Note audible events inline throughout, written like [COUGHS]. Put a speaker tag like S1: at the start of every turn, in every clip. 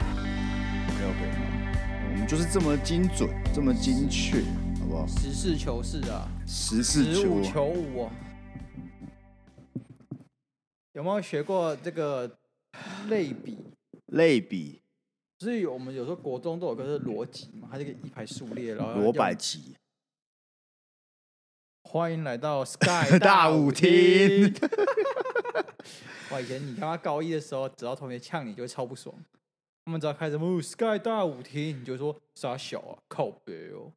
S1: OK OK，我们就是这么精准，这么精确，好不好？
S2: 实事求是啊，
S1: 实事
S2: 实
S1: 求
S2: 五求五哦。有没有学过这个类比？
S1: 类比
S2: 就是有我们有时候国中都有个是逻辑嘛，它这个一排数列，然后要
S1: 罗百吉，
S2: 欢迎来 [LAUGHS] 到 Sky
S1: 大舞
S2: 舞
S1: 厅。
S2: [LAUGHS] 哇，以前你他妈高一的时候，只要同学呛你，就会超不爽。他们只要开什么 Sky 大舞厅，你就说傻小啊，靠北哦。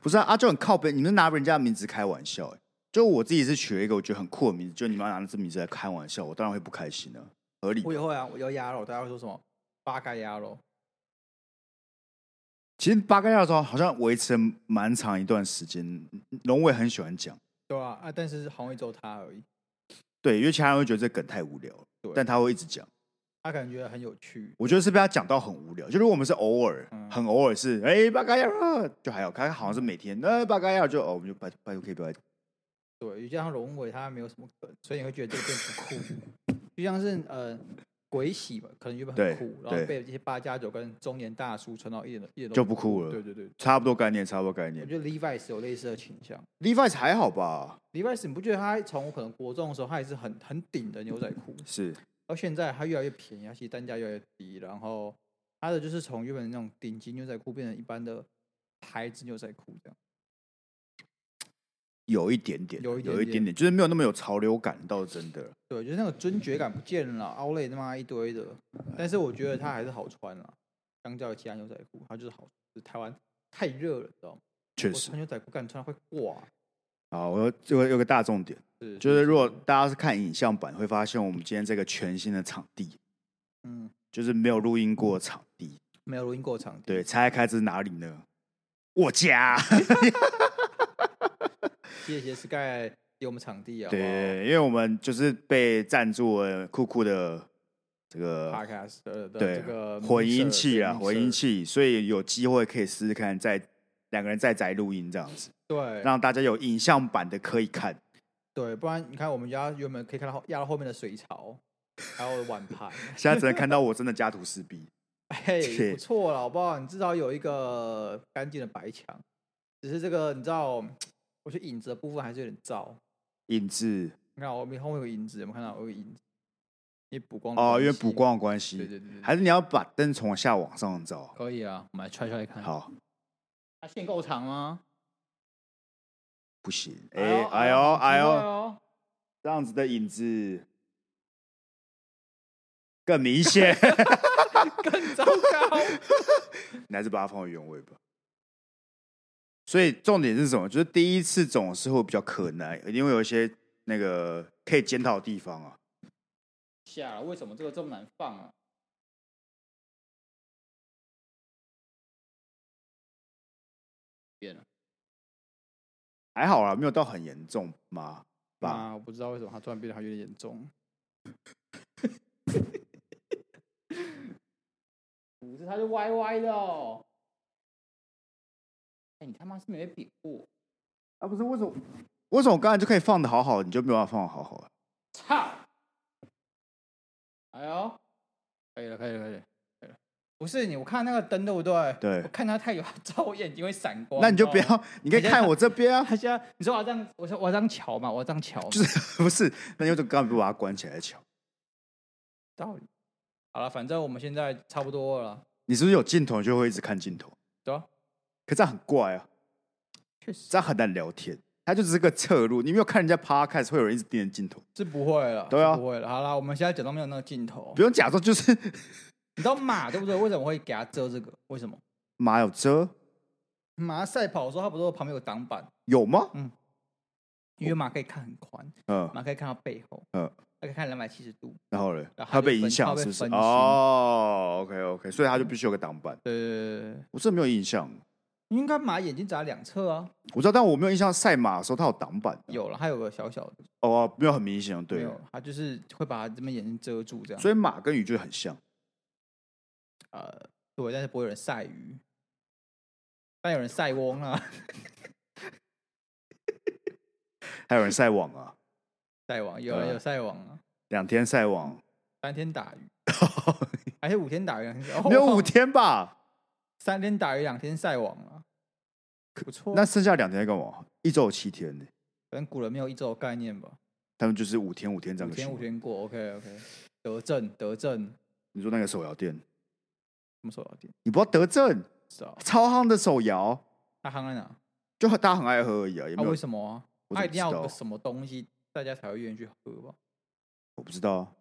S1: 不是啊啊，就很靠背，你们拿人家的名字开玩笑、欸，就我自己是取了一个我觉得很酷的名字，就你们要拿这名字来开玩笑，我当然会不开心了、合理
S2: 我。也会啊，我要鸭肉，大家会说什么八嘎鸭肉？
S1: 其实八嘎亚洲好像维持了蛮长一段时间，龙伟很喜欢讲，
S2: 对啊，啊，但是好像也只有他而已，
S1: 对，因为其他人会觉得这梗太无聊了
S2: 对，
S1: 但他会一直讲。
S2: 他感觉很有趣。
S1: 我觉得是被他讲到很无聊。就如果我们是偶尔，
S2: 嗯
S1: 很偶尔是哎八嘎亚就还好，他好像是每天那八嘎亚就哦，我们就拜拜托可以不要再
S2: 对，就像龙尾他没有什么梗，所以你会觉得这个变不酷。就像是呃鬼喜吧，可能原本
S1: 对
S2: 很酷，然
S1: 对
S2: 后被这些八加九跟中年大叔穿到一点都一点都
S1: 就不酷
S2: 对
S1: 了，
S2: 对对，
S1: 差不多概念，差不多概
S2: 我
S1: 念。
S2: 觉得 Levi's 有类似的倾向。
S1: Levi's 还好吧？
S2: Levi's 你不觉得他从可能国中的时候，他也是很很顶的牛仔裤，
S1: 是
S2: 到现在它越来越便宜，它其实单价越来越低，然后它的就是从原本那种顶级牛仔裤变成一般的牌子牛仔裤这样。
S1: 有一点点，
S2: 有一点点嗯
S1: 一点点，就是没有那么有潮流感，倒是真的。
S2: 对，就是那个尊爵感不见了，凹类他妈一堆的。但是我觉得它还是好穿啦，相较于其他牛仔裤，它就是好。台湾太热了，你知道吗？
S1: 确
S2: 我
S1: 实
S2: 穿，牛仔裤干穿会挂。
S1: 好，我有有有个大重点，
S2: 是，
S1: 就是如果大家是看影像版，会发现我们今天这个全新的场地，
S2: 嗯，
S1: 就是没有录音过的场地。
S2: 没有录音过场地，
S1: 对，猜猜看这是哪里呢？我家。
S2: 谢谢 Sky 给我们场地啊。
S1: 对，因为我们就是被赞助了酷酷的这个
S2: ，Podcast 的的
S1: 对
S2: 这个
S1: 混音
S2: mixer，
S1: 器啊，
S2: 对
S1: 混音。
S2: mixer
S1: 器，所以有机会可以试试看，在两个人在宅录音这样子，
S2: 对，
S1: 让大家有影像版的可以看。 [LAUGHS]
S2: 对，不然你看我们家原本可以看到后压到后面的水槽，还有碗盘，
S1: 现在只能看到我真的家徒四壁。
S2: 嘿，
S1: 是
S2: 不错了，好不好？你至少有一个干净的白墙，只是这个你知道，我觉得影子的部分还是有点燥。
S1: 影子
S2: 你看我面后面有个影子，有没有看到我有个影子？因为补光的
S1: 哦，
S2: 嗯关
S1: 因为
S2: 系
S1: 补，光的关
S2: 对
S1: 系，
S2: 对对对，
S1: 还是你要把灯从下往上照。
S2: 可以啊，我们来揣出来看。，
S1: 好，
S2: 它线够长吗？
S1: 不行，哎，哎呦，哎
S2: 好
S1: 呦
S2: 奇怪，哦
S1: 这样子的影子更明显，
S2: 更糟糕。
S1: 你还是把它放回原位吧。所以重点是什么？就是第一次总是会比较可难，一定会有一些那个可以检讨的地方啊。
S2: 下了，为什么这个这么难放啊？变了
S1: 还好啦，没有到很严重嘛吧？
S2: 啊！我不知道为什么它突然变得还有点严重。 [LAUGHS] 不是，它是歪歪的哦。哎、你他妈是没比过，
S1: 啊，不是为什么？为什么我刚才就可以放的好好，你就没有办法放的好好啊？
S2: 操！哎呦，可以了，可以了，可以了，可以了。不是你，我看那个灯对不对？
S1: 对
S2: 我看它太有，它照我眼睛会闪光。
S1: 那你就
S2: 知道
S1: 不
S2: 吗
S1: 要，你可以看我这边啊，
S2: [LAUGHS]
S1: [LAUGHS]
S2: 他现在你说我要这样，我说我要这样瞧嘛，我要这样瞧嘛， [LAUGHS]
S1: 就是不是？那你就刚才不把它关起来瞧？
S2: 道理。好了，反正我们现在差不多了，
S1: 你是不是有镜头就会一直看镜头？
S2: 对啊，
S1: 可这样很怪啊，
S2: 确实
S1: 这样很难聊天。它就只是个侧录，你没有看人家 podcast 会有人一直盯着镜头，
S2: 是不会了，
S1: 对啊
S2: 是不会了。好了，我们现在假装没有那个镜头
S1: 不，用假装就是
S2: 你知道马对不对？为什么会给他遮这个？为什么？
S1: 马有遮
S2: 马赛跑的时候，它不是旁边有挡板，
S1: 有吗？
S2: 因为马可以看很宽，
S1: 嗯，
S2: 马可以看到背后，
S1: 嗯，
S2: 它可以看两百七十度。
S1: 然后呢？
S2: 然后
S1: 他
S2: 他就
S1: 被影
S2: 分
S1: 响
S2: 他被
S1: 是不是？
S2: 分心
S1: 哦，OK OK，所以他就必须有个挡板。
S2: 对对对对
S1: 我是没有印象，
S2: 对，应该马眼睛眨两侧啊，
S1: 我知道，但我没有印象赛马的时候他有挡板。
S2: 有了，它有个小小的，
S1: 哦，没有很明显，
S2: 没
S1: 对。
S2: 有，它就是会把这边眼睛遮住这样。
S1: 所以马跟鱼就很像，
S2: 呃，对，但是不会有人晒鱼，但有人晒翁啊，
S1: 还有人晒网啊，
S2: [LAUGHS]
S1: [LAUGHS]
S2: 晒网有
S1: 对
S2: 啊
S1: 啊
S2: 有晒网啊，
S1: 两天晒
S2: [LAUGHS]
S1: 网，
S2: 三天打鱼，还是五天打鱼 [LAUGHS] 两天晒？哦
S1: 没有五，天吧？
S2: 三天打鱼两天晒网啊，不错。
S1: 那剩下两天在干嘛？一周有七天呢，
S2: 可能古人没有一周的概念吧，
S1: 他们就是五天五天这
S2: 五
S1: 样
S2: 天
S1: 休
S2: 五。天过，OK OK。德政德政，什
S1: 你说那个手摇店，
S2: 么手摇店？
S1: 你不知道德政
S2: 不知道
S1: 超夯的手摇，
S2: 它夯在哪？
S1: 就大家很爱喝而已啊，也
S2: 它
S1: 没有
S2: 为什么啊？
S1: 我
S2: 它
S1: 怎
S2: 一
S1: 么
S2: 定要
S1: 知
S2: 有个
S1: 道
S2: 什么东西，大家才会愿意去喝吧
S1: 我不知道啊。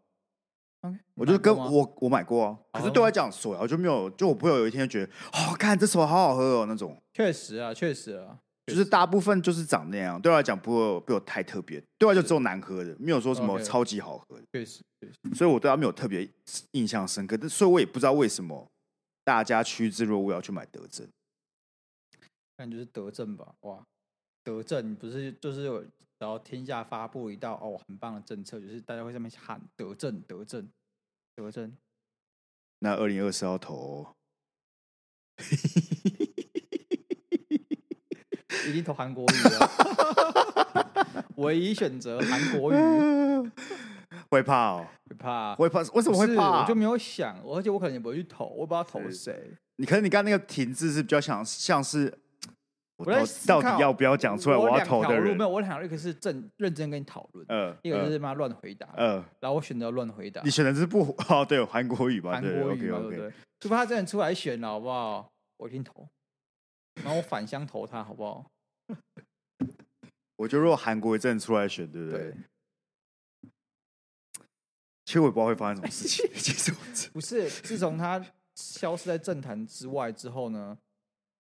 S2: ？OK，
S1: 我就
S2: 买
S1: 跟
S2: 过吗哦
S1: 我我买过啊，可是对我来讲手摇就没有，就我不会有一天觉得哦，看这手摇好好喝哦那种，
S2: 确实啊，确实啊，
S1: 就是大部分就是长那样。对我来讲不会有不有太特别，对我来讲就只有难喝的，没有说什么
S2: OK
S1: 超级好喝的，
S2: 确实确实
S1: 所以我对它没有特别印象深刻。但所以我也不知道为什么大家趋之若鹜要去买德政。
S2: 那你就是德政吧？哇，德政不是就是有，然后天下发布一道哦很棒的政策，就是大家会上面喊德政德政德政，
S1: 那二零二四要投
S2: 一定投韩国语啊！唯一选择韩
S1: [LAUGHS]
S2: 国语，
S1: 哦，会怕哦，
S2: 会怕？
S1: 会怕，为什么会
S2: 嗯不是
S1: 怕啊、
S2: 我就没有想，而且我可能也不会去投，我也不知道投谁。
S1: 你可能你刚刚那个停滞是比较像像是我
S2: 我在
S1: 到
S2: 思
S1: 到
S2: 考
S1: 底要不要讲出来
S2: 我有
S1: 要
S2: 两
S1: 投的
S2: 条路
S1: 人
S2: 没？有，我两条路一个是正认真跟你讨论，
S1: 呃，
S2: 一个就是
S1: 呃
S2: 妈乱回答，
S1: 呃，
S2: 然后我选择乱回答
S1: 你。选的是不哦，对，韩国语吧？
S2: 韩国语嘛，
S1: o k
S2: 对不
S1: OK，
S2: 对？除非他真的出来选了，好不好？我一定投，然后我反向投他，好不好？
S1: 我觉得如果韩国真的出来选，对不对
S2: 对？，
S1: 其实我也不知道会发生什么事情，其实我真
S2: 不是，自从他消失在政坛之外之后呢，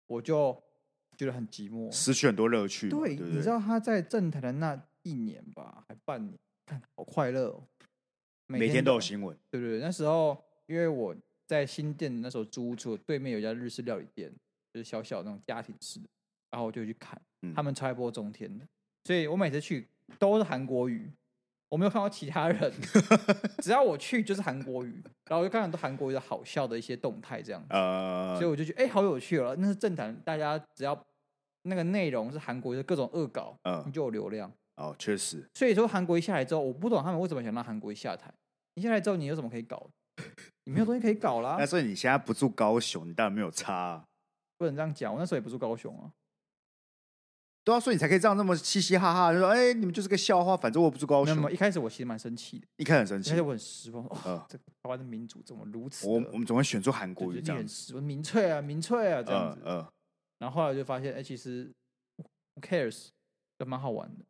S2: 我就觉得很寂寞。
S1: 失去很多乐趣嘛，
S2: 对，
S1: 对不
S2: 你知
S1: 对？
S2: 道他在政坛的那一年吧，还半年，看好快乐、哦，
S1: 每天都有
S2: 新。
S1: 新闻，
S2: 对对，对，那时候因为我在新店那时候租屋住，对面有一家日式料理店，就是小小那种家庭式的，然后我就去看，
S1: 嗯
S2: 他们超爱播中天的，所以我每次去都是韩国语，我没有看到其
S1: [LAUGHS]
S2: 他人，只要我去就是韩国语，然后我就看到很多韩国语的好笑的一些动态这样，
S1: 呃
S2: 所以，我就觉得哎、好有趣哦，那是政坛大家只要那个内容是韩国的各种恶搞，你
S1: 嗯，
S2: 就有流量。
S1: 哦，确实，
S2: 所以说韩国一下来之后，我不懂他们为什么想让韩国一下台。你下来之后，你有什么可以搞的？你没有东西可以搞啦
S1: [LAUGHS] 那，所以你现在不住高雄，你当然没有差啊，
S2: 不能这样讲。我那时候也不住高雄啊，
S1: 对啊，所以你才可以这样那么嘻嘻哈哈，就说哎，你们就是个笑话，反正我不住高
S2: 那
S1: 雄
S2: 么，一开始我其实蛮生气的，
S1: 一开始很生
S2: 一
S1: 气
S2: 开始，我很失望，哇、
S1: 嗯
S2: 这个台湾的民主怎么如此的？
S1: 我我们怎么会选出韩国
S2: 对
S1: 语
S2: 对
S1: 这
S2: 令人
S1: 样子？
S2: 失望，民粹啊，民粹啊，这样
S1: 呃
S2: 子。
S1: 呃，
S2: 然后后来就发现，哎、其实 who cares，都蛮好玩的。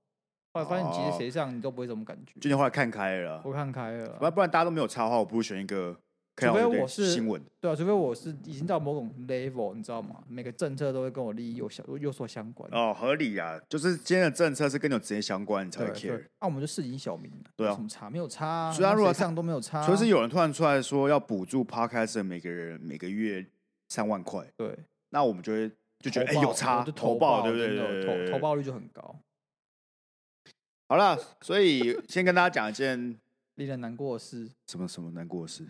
S2: 后来发现，其实谁上你都不会怎么感觉。
S1: 哦就你后来看开了啦，
S2: 我看开了
S1: 不
S2: 啊，
S1: 呃然不然大家都没有差的话，我不如选一个可以啊让
S2: 除非
S1: 有点
S2: 我是
S1: 新闻。
S2: 对啊，除非我是已经到某种 level，你知道吗？每个政策都会跟我利益有相有所相关。
S1: 哦，合理啊，就是今天的政策是跟你有直接相关，你才会
S2: 对对
S1: care。，
S2: 那、我们就市井小民了，
S1: 对啊
S2: 有什么差没有差啊？
S1: 所以啊
S2: 那
S1: 如果
S2: 谁上都没有差啊，
S1: 所以是有人突然出来说要补助 podcast 的每个人每个月三万块，
S2: 对，
S1: 那我们就会就觉得哎、
S2: 投报
S1: 有差
S2: 我就，
S1: 投
S2: 报
S1: 对不
S2: 真
S1: 对？
S2: 的
S1: 对对
S2: 投投。报率就很高，
S1: 好了，所以先跟大家讲一件
S2: 令人难过的是，
S1: 什么什么难过的事，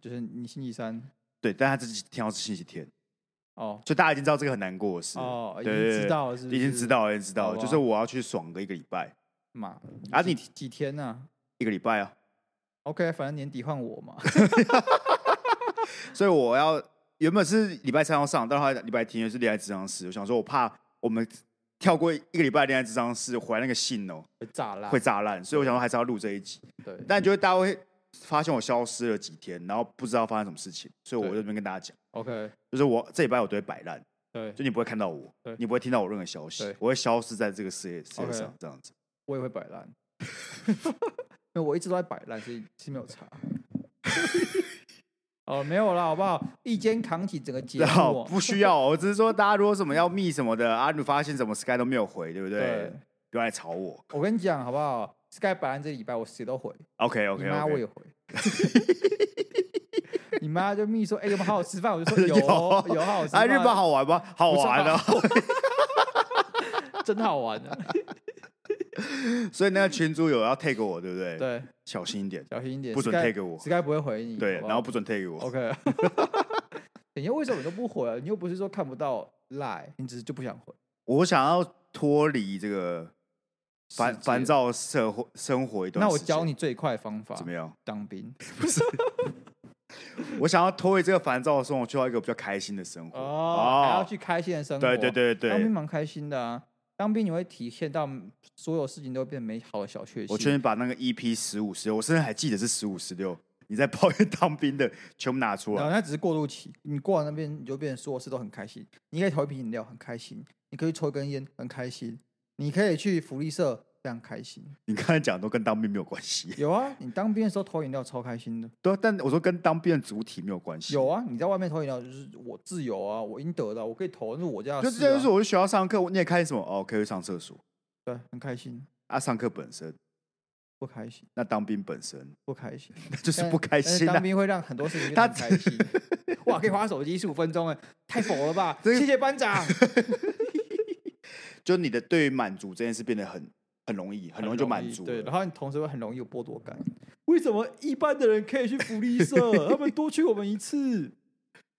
S2: 就是你星期三
S1: 对，但他自己听到是星期天，
S2: 哦
S1: 所以大家已经知道这个很难过的事，
S2: 哦，已
S1: 对
S2: 经
S1: 对
S2: 知道了是不
S1: 已经
S2: 是
S1: 知道了，已经知道
S2: 好啊
S1: 了，
S2: 吧
S1: 就是我要去爽个一个礼拜，
S2: 嘛
S1: 啊
S2: 几
S1: 你
S2: 几天呢
S1: 一个礼拜啊，
S2: ？OK，反正年底换我
S1: [LAUGHS]
S2: 嘛，
S1: 所以我要原本是礼拜三要上，但后来礼拜天又是恋爱智商室，我想说我怕我们跳过一个礼拜恋爱智商室，回来那个信哦、
S2: 会炸烂，
S1: 会炸烂，所以我想说还是要录这一集。
S2: 对，
S1: 但就会大家会发现我消失了几天，然后不知道发生什么事情，所以我
S2: 对
S1: 这边跟大家讲，
S2: OK，
S1: 就是我这礼拜我都会摆烂，
S2: 对，
S1: 就你不会看到我
S2: 对，
S1: 你不会听到我任何消息
S2: 对，
S1: 我会消失在这个世界世界
S2: OK
S1: 上这样子。
S2: 我也会摆烂， [LAUGHS] 因为我一直都在摆烂，所以是没有差。哦，没有啦，好不好？一肩扛起整个节
S1: 然后 [LAUGHS]
S2: 目，
S1: 不需要哦，我只是说大家如果什么要密什么的啊，你发现怎么 Sky 都没有回，对不对
S2: 对？
S1: 不要来吵我。
S2: 我跟你讲好不好？Sky 摆烂这礼拜我谁都回
S1: OK
S2: 你
S1: OK
S2: 妈我
S1: OK
S2: 也。回。 [LAUGHS] 你妈就密说：“哎、有没有好好吃饭？”
S1: [LAUGHS]
S2: 我就说：“有哦，有好好吃饭。
S1: 哎，日本好玩吗？好
S2: 不是
S1: 玩啊！
S2: 真好玩啊！
S1: [LAUGHS] 所以那个群主有要 take 我，对不对？，
S2: 对，
S1: 小心一点，
S2: 小心一点，
S1: 不准
S2: Sky-
S1: take 我
S2: Sky 不会回你。
S1: 对，
S2: 好不好
S1: 然后不准 take 我。
S2: OK。等 [LAUGHS] 一下，为什么你都不回、啊？你又不是说看不到 lie，你只是就不想回。
S1: 我想要脱离这个烦
S2: 世界
S1: 烦。躁社会生活一段
S2: 那我
S1: 啊时间
S2: 教你最快的方法，
S1: 怎么样？
S2: 当兵
S1: 我想要脱离这个烦躁的生活，去到一个比较开心的生活。
S2: 哦，还要去开心的生活。
S1: 对对对对
S2: 当兵蛮开心的啊。当兵你会体现到所有事情都变美好的小确幸。
S1: 我劝你把那个 EP 十五十六，我甚至还记得是十五十六，你在抱怨当兵的全部拿出
S2: 然
S1: 来
S2: 后。那只是过渡期，你过完那边你就变成所有事都很开心。你可以投一瓶饮料很开心，你可以抽一根烟很开心，你可以去福利社非常开心。
S1: 你刚才讲的都跟当兵没有关系，
S2: 有啊，你当兵的时候投饮料超开心的。
S1: 对啊，但我说跟当兵的主体没有关系。
S2: 有，啊，你在外面投饮料就是我自由啊，我应得的啊，我可以投，那是我家
S1: 就这
S2: 的事、
S1: 就
S2: 啊
S1: 是。我去学校上课，我你也开心什么？哦，可以去上厕所
S2: 对，很开心，
S1: 啊，上课本身，
S2: 不开心，
S1: 那当兵本身 [LAUGHS]
S2: 不开心。
S1: 那就是
S2: 但
S1: 不开
S2: 但是
S1: 心啊
S2: 当。兵会让很多事情变
S1: 他
S2: 得很开心。 [LAUGHS] 哇，可以花手机十五分钟哎，太佛了吧！
S1: 这个
S2: 谢谢班长，
S1: 就你的对于满足这件事变得很很容易，很容易就满足
S2: 对，然
S1: 了。
S2: 后你同时会很容易有剥夺感。为什么一般的人可以去福利社，他们多去我们一次？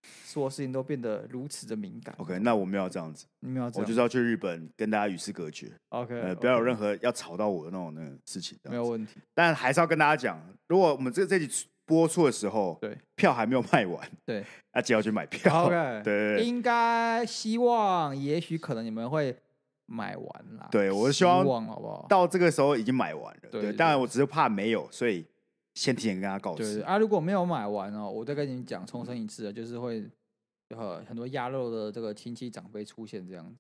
S2: [LAUGHS] 所有事情都变得如此的敏感，
S1: OK，那我没有这样子，
S2: 你们要
S1: 哦
S2: 这
S1: 我
S2: 样。
S1: 就是要去日本跟大家与世隔绝，
S2: OK，,
S1: 呃，不要有任
S2: 何
S1: 何要吵到我的那种那种事情。这样
S2: 没有问题。
S1: 但还是要跟大家讲，如果我们这这集播出的时候，
S2: 对
S1: 票还没有卖完，
S2: 对，
S1: [LAUGHS] 那就要去买票。
S2: OK，
S1: [LAUGHS] 对对
S2: 应该希望，也许可能你们会买完啦。
S1: 对我希望
S2: 好不好？
S1: 到这个时候已经买完了。对，
S2: 对对
S1: 当然我只是怕没有，所以先提前跟大家告
S2: 对对
S1: 知。
S2: 啊，如果没有买完哦，我再跟你们讲，重申一次啊，就是会呃很多鸭肉的这个亲戚长辈出现这样子，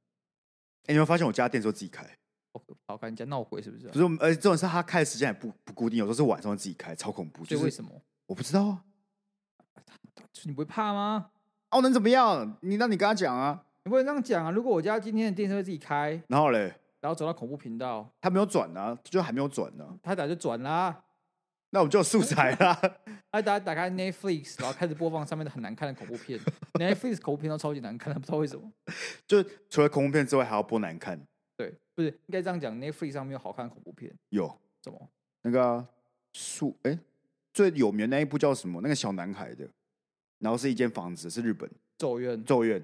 S1: 哎，你有没有发现我家店都自己开？
S2: 好可好看人家闹鬼是不是啊、
S1: 不是我们，而且这种是他开的时间也不不固定，有时候是晚上自己开，超恐怖。
S2: 所
S1: 就
S2: 以为
S1: 是
S2: 什么？
S1: 我不知道啊，
S2: 你不会怕吗？
S1: 哦，能怎么样？你那你跟他讲啊。
S2: 你不能这样讲啊！如果我家今天的电视会自己开，
S1: 然后嘞，
S2: 然后走到恐怖频道，
S1: 他没有转呢，就还没有转呢，
S2: 他打就转啦，
S1: 那我们就有素材啦。 [LAUGHS]
S2: 他打打开 Netflix，然后开始播放上面的很难看的恐怖片，Netflix 恐怖片都超级难看，不知道为什么。
S1: 就除了恐怖片之外，还要播难看，
S2: 对，不是应该这样讲，Netflix 上面有好看的恐怖片，
S1: 有。
S2: 怎么？
S1: 那个啊树哎、最有名的那一部叫什么？那个小男孩的，然后是一间房子，是日本
S2: 咒怨，
S1: 咒怨，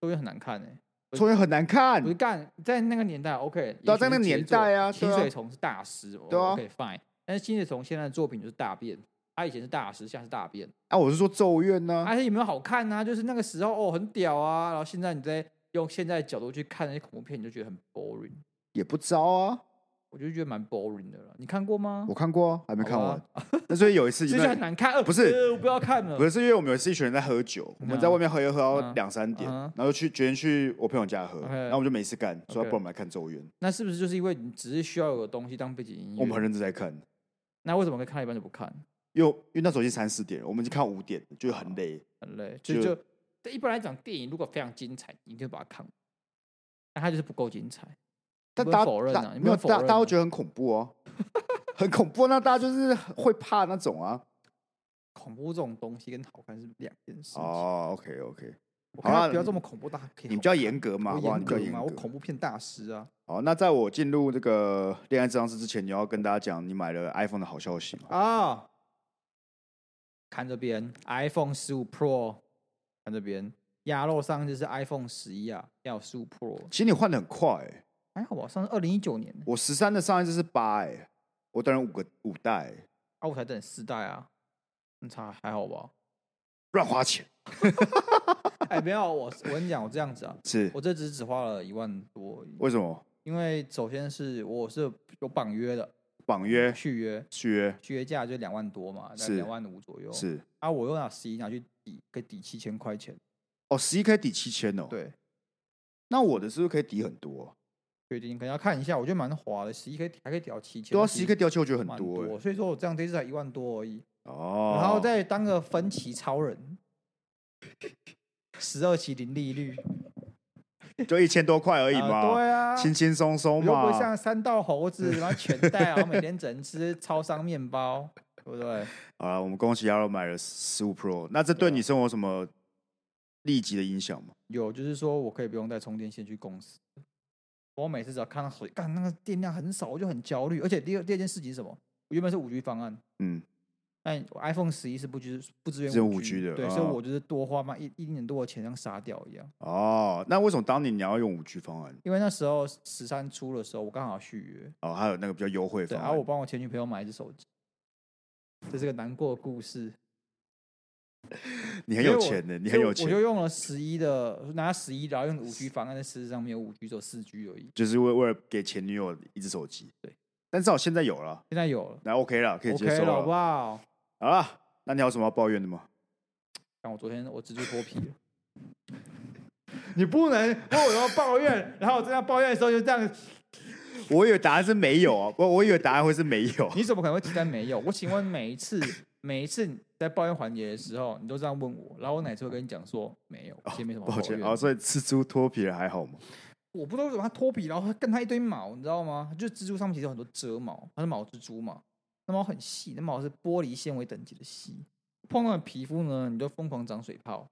S2: 咒怨很难看哎、不是
S1: 咒怨很难看
S2: 不，是干在那个年代，OK，
S1: 对啊
S2: 也许
S1: 在那个
S2: 是杰
S1: 年
S2: 作
S1: 代啊
S2: 清
S1: 对啊
S2: 水崇是大师，
S1: 对啊
S2: o k fine。但是清水崇现在的作品就是大便，他以前是大师，现在是大便，
S1: 啊，我是说咒怨呢、
S2: 而且有没有好看呢、就是那个时候哦很屌啊，然后现在你在用现在的角度去看那些恐怖片，你就觉得很 boring，
S1: 也不糟啊，
S2: 我就觉得蛮 boring 的了。你看过吗？
S1: 我看过、啊，还没
S2: 好
S1: 看完
S2: 吧，
S1: 那所以有一次，
S2: 这就很难看，呃
S1: 不是
S2: 呃我不要看了，
S1: 不是是因为我们有一次一群人在喝酒，我们在
S2: 嗯
S1: 外面喝一喝到
S2: 嗯
S1: 两三点，
S2: 嗯
S1: 然后就去决定去我朋友家喝，
S2: OK
S1: 然后我们就没事干，说
S2: OK
S1: 不
S2: 嗯
S1: 然我们来看咒怨，
S2: 那是不是就是因为你只是需要有个东西当背景音乐？
S1: 我们很认真在看，
S2: 那为什么可以看到一半就不看？
S1: 因为因为那时候已经三四点了，我们已经看五点，就很累，
S2: 很累，就
S1: 就
S2: 就对一般来讲，电影如果非常精彩，你就把它看完，但它就是不够精彩。
S1: 但
S2: 不
S1: 大家
S2: 能否认
S1: 大
S2: 啊你不
S1: 没有
S2: 能否
S1: 大
S2: 认
S1: 大家
S2: 啊
S1: 会觉得很恐怖哦，很恐怖，那大家就是会怕那种啊。
S2: 恐怖这种东西跟好看是两件事情。
S1: 哦，OK OK，
S2: 我
S1: 好
S2: 看
S1: 啦
S2: 它不要这么恐怖，大家可以
S1: 你
S2: 好
S1: 比较
S2: 看啊
S1: 严格嘛，
S2: 我
S1: 好不好？你
S2: 严
S1: 比较
S2: 格
S1: 严
S2: 嘛，我
S1: 格。
S2: 恐怖片大师啊
S1: 好，那在我进入这个恋爱治疗师之前，你要跟大家讲你买了 iPhone 的好消息嘛？
S2: 啊！看这边，iPhone 十五 Pro，看这边，鸭肉上就是 iPhone 十一啊，要十五 Pro，
S1: 其实你换的很快、欸，
S2: 还好吧？上次二零一九年、
S1: 我十三的上一次是八，哎，我等了五个五代、欸，
S2: 啊，我才等四代啊，嗯，差还好吧？ [LAUGHS]
S1: 乱花钱
S2: 哎，没有，我我跟你讲，我这样子啊，
S1: 是
S2: 我这只只花了一万多而已，
S1: 为什么？
S2: 因为首先是我是有绑约的，
S1: 绑约
S2: 续约
S1: 续约
S2: 续约价就两万多嘛，
S1: 是
S2: 两万五左右。
S1: 是
S2: 啊，我又拿十一拿去抵，可以抵七千块钱。
S1: 哦，十一可以抵七千哦。，
S2: 对，
S1: 那我的是不是可以抵很多、啊？
S2: 确定可能要看一下，我觉得蛮划的，十一可以抵还可以抵到七千，
S1: 对啊，
S2: 其
S1: 十
S2: 实
S1: 一可以抵到七，我觉得很
S2: 蛮
S1: 多、欸。
S2: 所以说我这样这次才一万多而已，
S1: 哦，
S2: 然后再当个分期超人，十二期零利率
S1: 就一千多块而
S2: 可
S1: 已嘛，
S2: 对啊，
S1: 轻轻松松
S2: 你又不会
S1: 嘛。
S2: 像三道猴子，然后全带，然后每天只
S1: [LAUGHS]
S2: 能吃超商面包，对不对？
S1: 好了，我们恭喜鸭肉买了十五 Pro，那这
S2: 啊
S1: 对你生活有什么立即的影响吗？
S2: 有，就是说我可以不用带充电线去公司。我每次只要看到水，干那个电量很少，我就很焦虑。而且第二第二件事情是什么？我原本是五 G 方案，
S1: 嗯，
S2: 那但我 iPhone 十一是不支不支援
S1: 支援
S2: 5G
S1: G 的
S2: 对，所以
S1: 啊
S2: 我就是多花嘛一一年多的钱像傻屌一样。
S1: 哦，那为什么当年你要用五 G 方案？
S2: 因为那时候十三出的时候，我刚好续约，
S1: 哦，还有那个比较优惠
S2: 对，
S1: 方
S2: 然后我
S1: 案。
S2: 帮我前女朋友买一只手机，这是个难过的故事。
S1: 你很
S2: 因为
S1: 有
S2: 我
S1: 钱的，你
S2: 所
S1: 很
S2: 以
S1: 有
S2: 我就
S1: 钱，
S2: 用了十一的，拿十一，然后用五 G 方案，但事实上没有五 G，只有四 G 而已。
S1: 就是为为了给前女友一只手机。
S2: 对，
S1: 但至少现在有了，
S2: 现在有了
S1: 那 OK 了，可以接
S2: ，OK
S1: 受
S2: 了，好
S1: 了。
S2: 不好？
S1: 好了，那你还有什么要抱怨的吗？
S2: 但我昨天我蜘蛛脱皮了。 [LAUGHS] 你不能问我要抱怨，然后我正要抱怨的时候就这样，
S1: 我以为答案是没有啊，我我以为答案会是没有。
S2: 你怎么可能会提单没有？我请问每一次每一次你在抱怨环节的时候，你都这样问我，然后我哪次会跟你讲说没有，其实没什么好
S1: 抱歉
S2: 怨
S1: 啊，
S2: 的。
S1: 所以蜘蛛脱皮了还好吗？
S2: 我不知道为什么它脱皮，然后跟它一堆毛，你知道吗？就是蜘蛛上面其实有很多遮毛，它是毛蜘蛛嘛，那毛很细，那毛是玻璃纤维等级的细，碰到你皮肤呢，你就疯狂长水泡。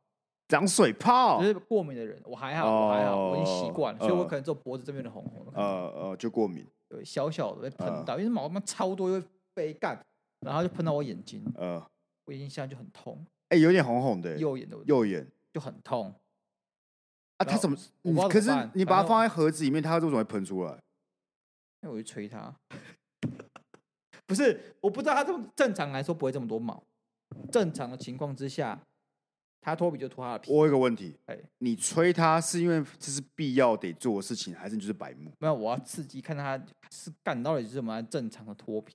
S1: 长水泡
S2: 就，是过敏的人，我还好，我还好，我已经习惯了，所以我可能只有脖子这边的红红的，
S1: 呃呃，就过敏，
S2: 对，小小的
S1: 嗯
S2: 被喷到，因为毛他妈超多又被干，然后就喷到我眼睛，
S1: 呃，
S2: 我眼睛现在就很痛，
S1: 哎，有点红红的，
S2: 右眼的
S1: 右眼
S2: 就很痛，
S1: 啊，
S2: 然
S1: 它
S2: 后
S1: 怎么？
S2: 我不
S1: 你
S2: 知道
S1: 可
S2: 怎
S1: 是
S2: 么办
S1: 你把
S2: 反
S1: 它
S2: 正
S1: 放在盒子里面，它为什么会喷出来？
S2: 因为我就吹它， [LAUGHS] 不是，我不知道它这么正常来说不会这么多毛，正常的情况之下，它脱皮就脱它的皮，
S1: 我有一个问题
S2: 哎，
S1: 你吹它是因为这是必要得做的事情，还是你就是白目？
S2: 没有，我要刺激看它是干到底是怎么样正常的脱皮。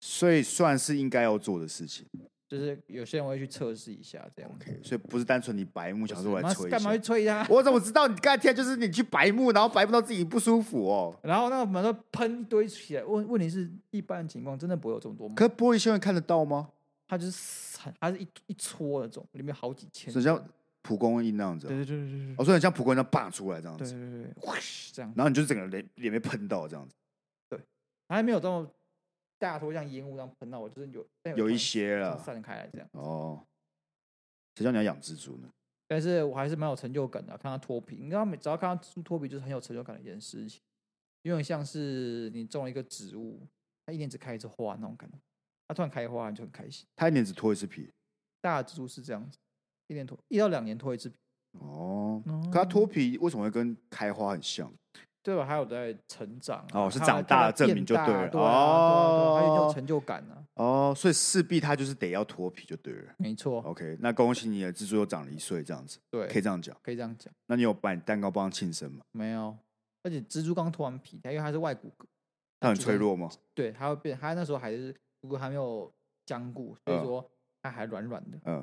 S1: 所以算是应该要做的事情。
S2: 就是有些人会去测试一下这样子，
S1: OK，所以不是单纯你白目想说我来
S2: 妈
S1: 吹一
S2: 干嘛去
S1: 下。
S2: 吹它？
S1: 我怎么知道你刚才就是你去白目，然后白目到自己不舒服哦？
S2: [LAUGHS] 然后那个门都喷一堆起来。问问题是，一般情况真的不会有这么多毛，
S1: 可是玻璃纤维看得到吗？
S2: 它就是死很，它是一一撮那种，里面好几千
S1: 所。以像蒲公英那样子哦，
S2: 对对对对对
S1: 哦，所以很像蒲公英那样拔出来这样
S2: 对
S1: 子，
S2: 对对，呼这样，
S1: 然后你就整个脸脸被喷到这样子，
S2: 它还没有这么大坨像烟雾这样喷到我，就是有但
S1: 有一
S2: 团
S1: 些啊
S2: 这
S1: 了
S2: 样。散开来这样。
S1: 哦，谁叫你要养蜘蛛呢？
S2: 但是我还是蛮有成就感的，啊看它脱皮，你知道每只要看到蜘蛛脱皮，就是很有成就感的一件事情，有点像是你种了一个植物，它一年只开一次花那种感觉，它突然开花你就很开心。
S1: 它一年只脱一次皮。
S2: 大的蜘蛛是这样子，一年脱一到两年脱一次皮，
S1: 哦，
S2: 哦
S1: 可它脱皮为什么会跟开花很像？
S2: 对吧？还有在成长啊、
S1: 哦是
S2: 它
S1: 长大
S2: 它
S1: 的证
S2: 变
S1: 明就
S2: 大
S1: 对
S2: 啊
S1: 了
S2: 对啊，对啊，对啊它有
S1: 哦
S2: 种成就感啊，
S1: 哦，所以势必它就是得要脱皮就对了。
S2: 没错，
S1: OK，那恭喜你的蜘蛛又长了一岁，这样子
S2: 对，
S1: 哦可以这样讲。
S2: 可以这样讲，
S1: 那你有把你蛋糕帮它庆生吗？
S2: 没有，而且蜘蛛刚脱完皮，它因为它是外骨骼，
S1: 它很
S2: 就
S1: 脆
S2: 是
S1: 弱吗？
S2: 对，它会变，它那时候还是如果还没有僵固，所以
S1: 嗯
S2: 说它还软软的，
S1: 嗯，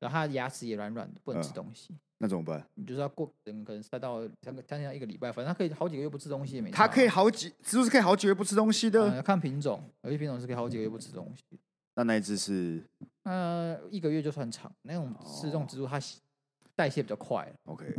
S2: 然后它的牙齿也软软的，不能
S1: 嗯
S2: 吃东西，
S1: 那怎么办？
S2: 你就是要过嗯可能三到三个将近要一个礼拜，反正它可以好几个月不吃东西也没差
S1: 它
S2: 啊，
S1: 可以好几蜘蛛是可以好几个月不吃东西
S2: 呃、
S1: 的。
S2: 要看品种，有些品种是可以好几个月不吃东西。
S1: 哎那那一只是
S2: 呃，一个月就算长，那种是这种
S1: 哦
S2: 植物它洗代谢比较快，
S1: OK。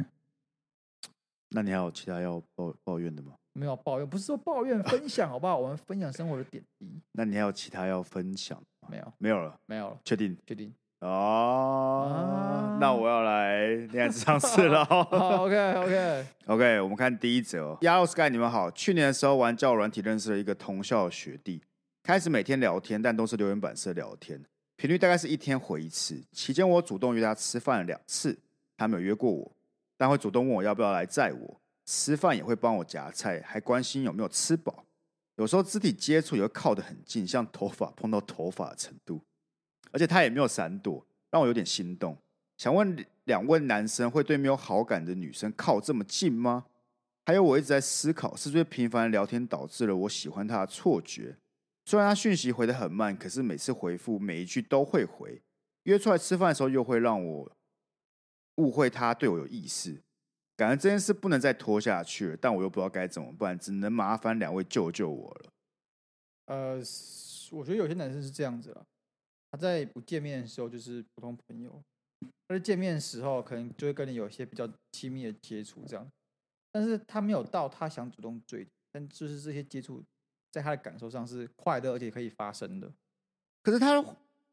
S1: 那你还有其他要抱抱怨的吗？
S2: 没有抱怨，不是说抱怨分享好不好？我们分享生活的点滴，
S1: 那你还有其他要分享？
S2: 没有，
S1: 没有了，
S2: 没有了，
S1: 确定。
S2: 决定。
S1: 哦，
S2: 啊
S1: 那我要来恋爱智商室 [LAUGHS] 了。
S2: 好，OK OK，
S1: OK，我们看第一则。Yellow Sky，你们好。去年的时候玩教软体，认识了一个同校的学弟，开始每天聊天，但都是留言板式的聊天，频率大概是一天回一次。期间我主动约他吃饭了两次，他没有约过我，但会主动问我要不要来载我，吃饭也会帮我夹菜，还关心有没有吃饱。有时候肢体接触也会靠得很近，像头发碰到头发的程度，而且他也没有闪躲，让我有点心动。想问两位男生会对没有好感的女生靠这么近吗？还有，我一直在思考，是不是频繁的聊天导致了我喜欢他的错觉？虽然他讯息回的很慢，可是每次回复每一句都会回。约出来吃饭的时候，又会让我误会他对我有意思。感觉这件事不能再拖下去了，但我又不知道该怎么办，只能麻烦两位救救我了。
S2: 呃，是我觉得有些男生是这样子了，他在不见面的时候就是普通朋友，但是见面的时候可能就会跟你有一些比较亲密的接触这样，但是他没有到他想主动追，但就是这些接触在他的感受上是快乐而且可以发生的。
S1: 可是他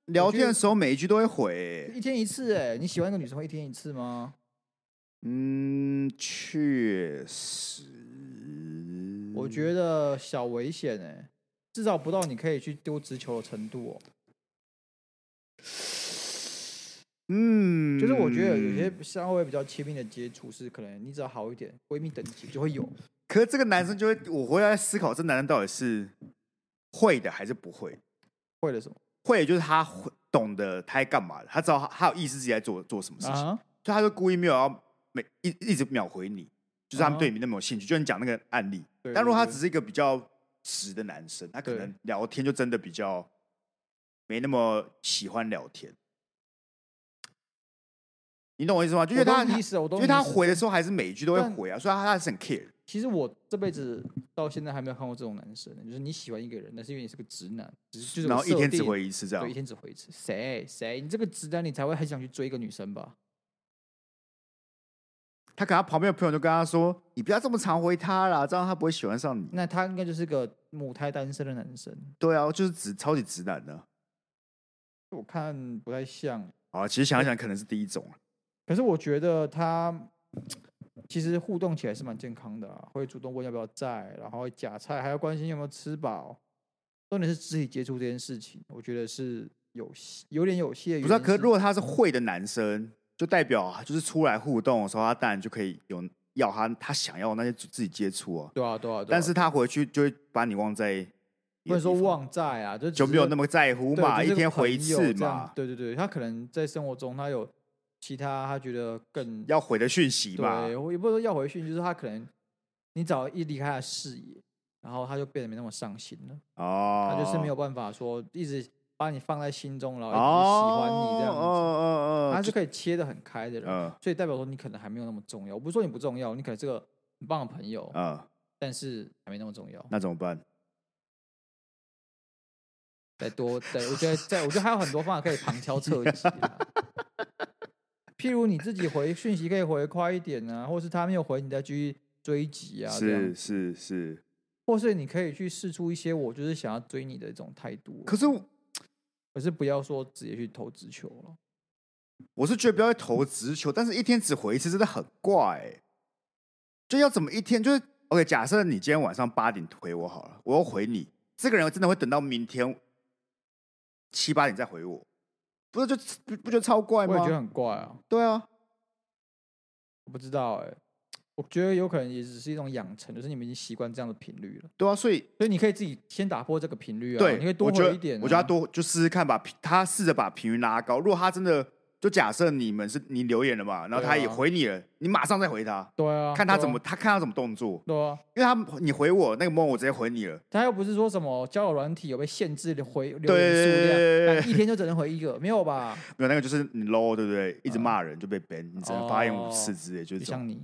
S1: 聊天的时候每一句都会回、
S2: 一天一次哎、你喜欢一个女生会一天一次吗？
S1: 嗯，确实，嗯
S2: 我觉欸得小危险哎、至少不到你可以去丢直球的程度哦、
S1: 嗯，
S2: 就是我觉得有些稍微比较亲密的接触是可能你只要好一点，闺蜜等级就会有。
S1: 可是这个男生就会，我回来思考，这男人到底是会的还是不会？
S2: 会了什么
S1: 会的就是他会懂得他在干嘛的，他知道他有意识自己在做做什么事情，
S2: 啊？
S1: 所以他就故意没有要每一一直秒回你，就是他们
S2: 啊
S1: 对你那么有兴趣。就你讲那个案例，
S2: 对
S1: 但如果他
S2: 对
S1: 只是一个比较直的男生，他可
S2: 对
S1: 能聊天就真的比较没那么喜欢聊天。你懂我意思吗？就
S2: 我
S1: 因为他，
S2: 懂你意
S1: 因
S2: 思，我懂你
S1: 为
S2: 意
S1: 他
S2: 思
S1: 回的时候还是每一句都会
S2: 但
S1: 回啊，所以他他是很 care。
S2: 其实我这辈子到现在还没有看过这种男生，就是你喜欢一个人，但是因为你是个直男，只是就是
S1: 然后
S2: 我
S1: 一天
S2: 设
S1: 只
S2: 定
S1: 回一次这啊样
S2: 对，一。天只回一次。谁谁？你这个直男，你才会很想去追一个女生吧？
S1: 他可能他旁边的朋友就跟他说：“你不要这么常回他啦，这样他不会喜欢上你。
S2: 那他应该就是个母胎单身的男生，”
S1: 对啊，就是直超级直男的。
S2: 我看不太像。
S1: 啊，其实想一想，可能是第一种啊。
S2: 可是我觉得他其实互动起来是蛮健康的、啊，会主动问要不要在，然后会夹菜，还要关心有没有吃饱。重点是肢体接触这件事情，我觉得是有戏有点有戏的原
S1: 不知
S2: 因。
S1: 道，可是如果他是会的男生，就代表啊就是出来互动的时候，他当然就可以有要他他想要的那些自己接触哦、
S2: 对啊对啊，对啊
S1: 但是他回去就会把你忘在眼里，
S2: 不能说忘在啊，就
S1: 就没有那
S2: 么
S1: 么在乎嘛，一天回一次嘛，
S2: 对对对，他可能在生活中他有其他他觉得更
S1: 要回的讯息嘛
S2: 对，。我也不是说要回去，就是他可能你只要一离开他的视野，然后他就变得没那么上心了。
S1: 哦，
S2: 他就是没有办法说一直把你放在心中，然后一直喜欢
S1: 哦，
S2: 你这样子，啊
S1: 哦哦哦，
S2: 他
S1: 就是
S2: 可以切的很开的人，
S1: 嗯
S2: 所以代表说你可能还没有那么重要。我不是说你不重要，你可能是个很棒的朋友，
S1: 嗯，
S2: 但是还没那么重要。
S1: 那怎么办？
S2: 再多，对我觉得，在我觉得还有很多方法可以旁敲侧击啊。譬如你自己回讯息可以回快一点啊，或是他没有回你再继续追击啊，这样
S1: 是是是，
S2: 或是你可以去试出一些我就是想要追你的一种态度啊，
S1: 可是我
S2: 可是不要说直接去投直球了。
S1: 我是觉得不要去投直球，但是一天只回一次真的很怪、欸，就要怎么一天就是 OK？假设你今天晚上八点回我好了，我要回你，这个人真的会等到明天七八点再回我，不是就不不觉得超怪
S2: 我也觉得
S1: 吗？
S2: 很怪啊，
S1: 对啊，
S2: 我不知道哎、我觉得有可能也只是一种养成，就是你们已经习惯这样的频率了，
S1: 对啊，所以
S2: 所以你可以自己先打破这个频率啊，
S1: 对，
S2: 你可
S1: 我
S2: 以多
S1: 觉得
S2: 回一点啊、
S1: 我觉得他多就试试看把频他试着把频率拉高。如果他真的就假设你们是你留言了嘛，然后
S2: 对
S1: 他也
S2: 啊
S1: 回你了，你马上再回他，
S2: 对啊，
S1: 看他
S2: 对啊
S1: 怎么、，他看他怎么动作。
S2: 对啊，
S1: 因为他你回我那个 moment，我直接回你了。
S2: 他又不是说什么交友软体有被限制的回留言数量，
S1: 对，
S2: 但一天就只能回一个，没有吧？
S1: 没有那个就是你 low，对不对？一直
S2: 嗯
S1: 骂人就被 ban，你只能发言五次之类，就
S2: 就
S1: 这
S2: 是
S1: 种。
S2: 像你，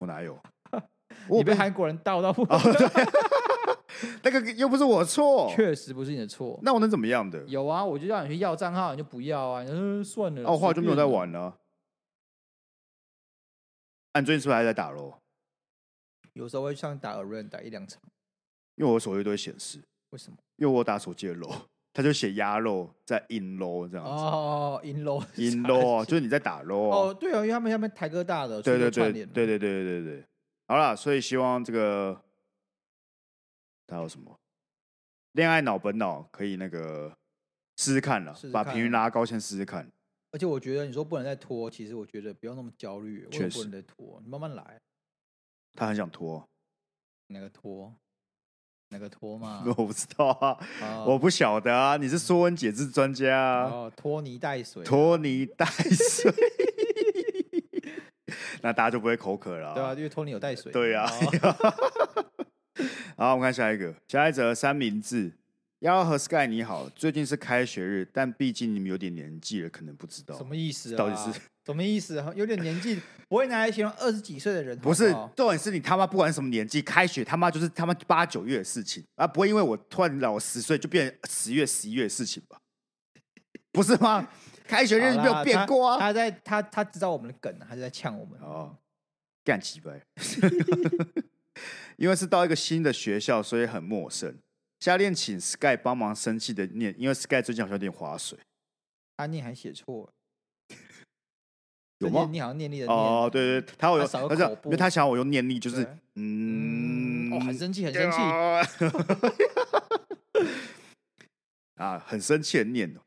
S1: 我哪
S2: [LAUGHS]
S1: 有？
S2: 你
S1: 我
S2: 被
S1: 被
S2: 韩国人倒到不，
S1: 那个又不是我错，
S2: 确实不是你的错。
S1: 那我能怎么样的？
S2: 有啊，我就让你去要账号，你就不要啊，你就说算了。
S1: 哦，我后来就没有
S2: 随
S1: 在
S2: 便啊，
S1: 玩了。啊，你最近是不是还在打咯？
S2: 有时候会像打 a r e n 打一两场，
S1: 因为我手机都会显示，
S2: 为什么？
S1: 因为我打手机的 [LAUGHS] low，它就写鸭肉在 in low 这样子
S2: 哦，in low
S1: ，in low 啊就是你在打 low 啊
S2: 哦，对啊，因为他们他们台哥大的，所
S1: 对
S2: 以
S1: 对
S2: 就
S1: 对对
S2: 串联了
S1: 对对对对对。好了，所以希望这个还有什么恋爱脑本脑可以那个试试看了，
S2: 试试
S1: 把
S2: 看
S1: 频率
S2: 啊
S1: 拉高，先试试看。
S2: 而且我觉得你说不能再拖，其实我觉得不要那么焦虑，为
S1: 确
S2: 什么
S1: 实
S2: 不能再拖？你慢慢来，
S1: 他很想拖，
S2: 哪个拖？哪个拖嘛？
S1: [LAUGHS] 我不知道啊，
S2: 啊
S1: 我不晓得啊，你是说文解字专家啊，
S2: 哦，拖泥带水，
S1: 拖泥带水， [LAUGHS] 那大家就不会口渴了、
S2: 对啊，因为拖泥有带水，
S1: 对啊
S2: 哦
S1: 好，我们看下一个，下一则三明治。幺和 Sky 你好，最近是开学日，但毕竟你们有点年纪了，可能不知道
S2: [LAUGHS] 什么意思啊？
S1: 到底是
S2: 什么意思啊？有点年纪，不会拿来形容二十几岁的人，
S1: 不是
S2: 好好，
S1: 重点是你他妈不管什么年纪，开学他妈就是他妈八九月的事情啊，不会因为我突然老十岁就变十月十一月的事情吧？不是吗？开学日
S2: 好
S1: 没有
S2: 啦
S1: 变
S2: 他
S1: 过啊！
S2: 他在他他知道我们的梗，啊他就在呛我们。
S1: 哦，干几杯？ [LAUGHS] 因为是到一个新的学校，所以很陌生。下练请 Sky 帮忙生气的念，因为 Sky 最近好像有点划水，
S2: 他念还写错，
S1: 有
S2: 这念
S1: 吗？
S2: 你好像念力的念嗯
S1: 哦，对对，他有，
S2: 他少
S1: 他
S2: 个
S1: 这样
S2: 口部
S1: 因为他想要我用念力，就是
S2: 对
S1: 嗯，
S2: 嗯，哦，很生气，很生
S1: [LAUGHS]
S2: 气，
S1: 气啊，很生气的念哦。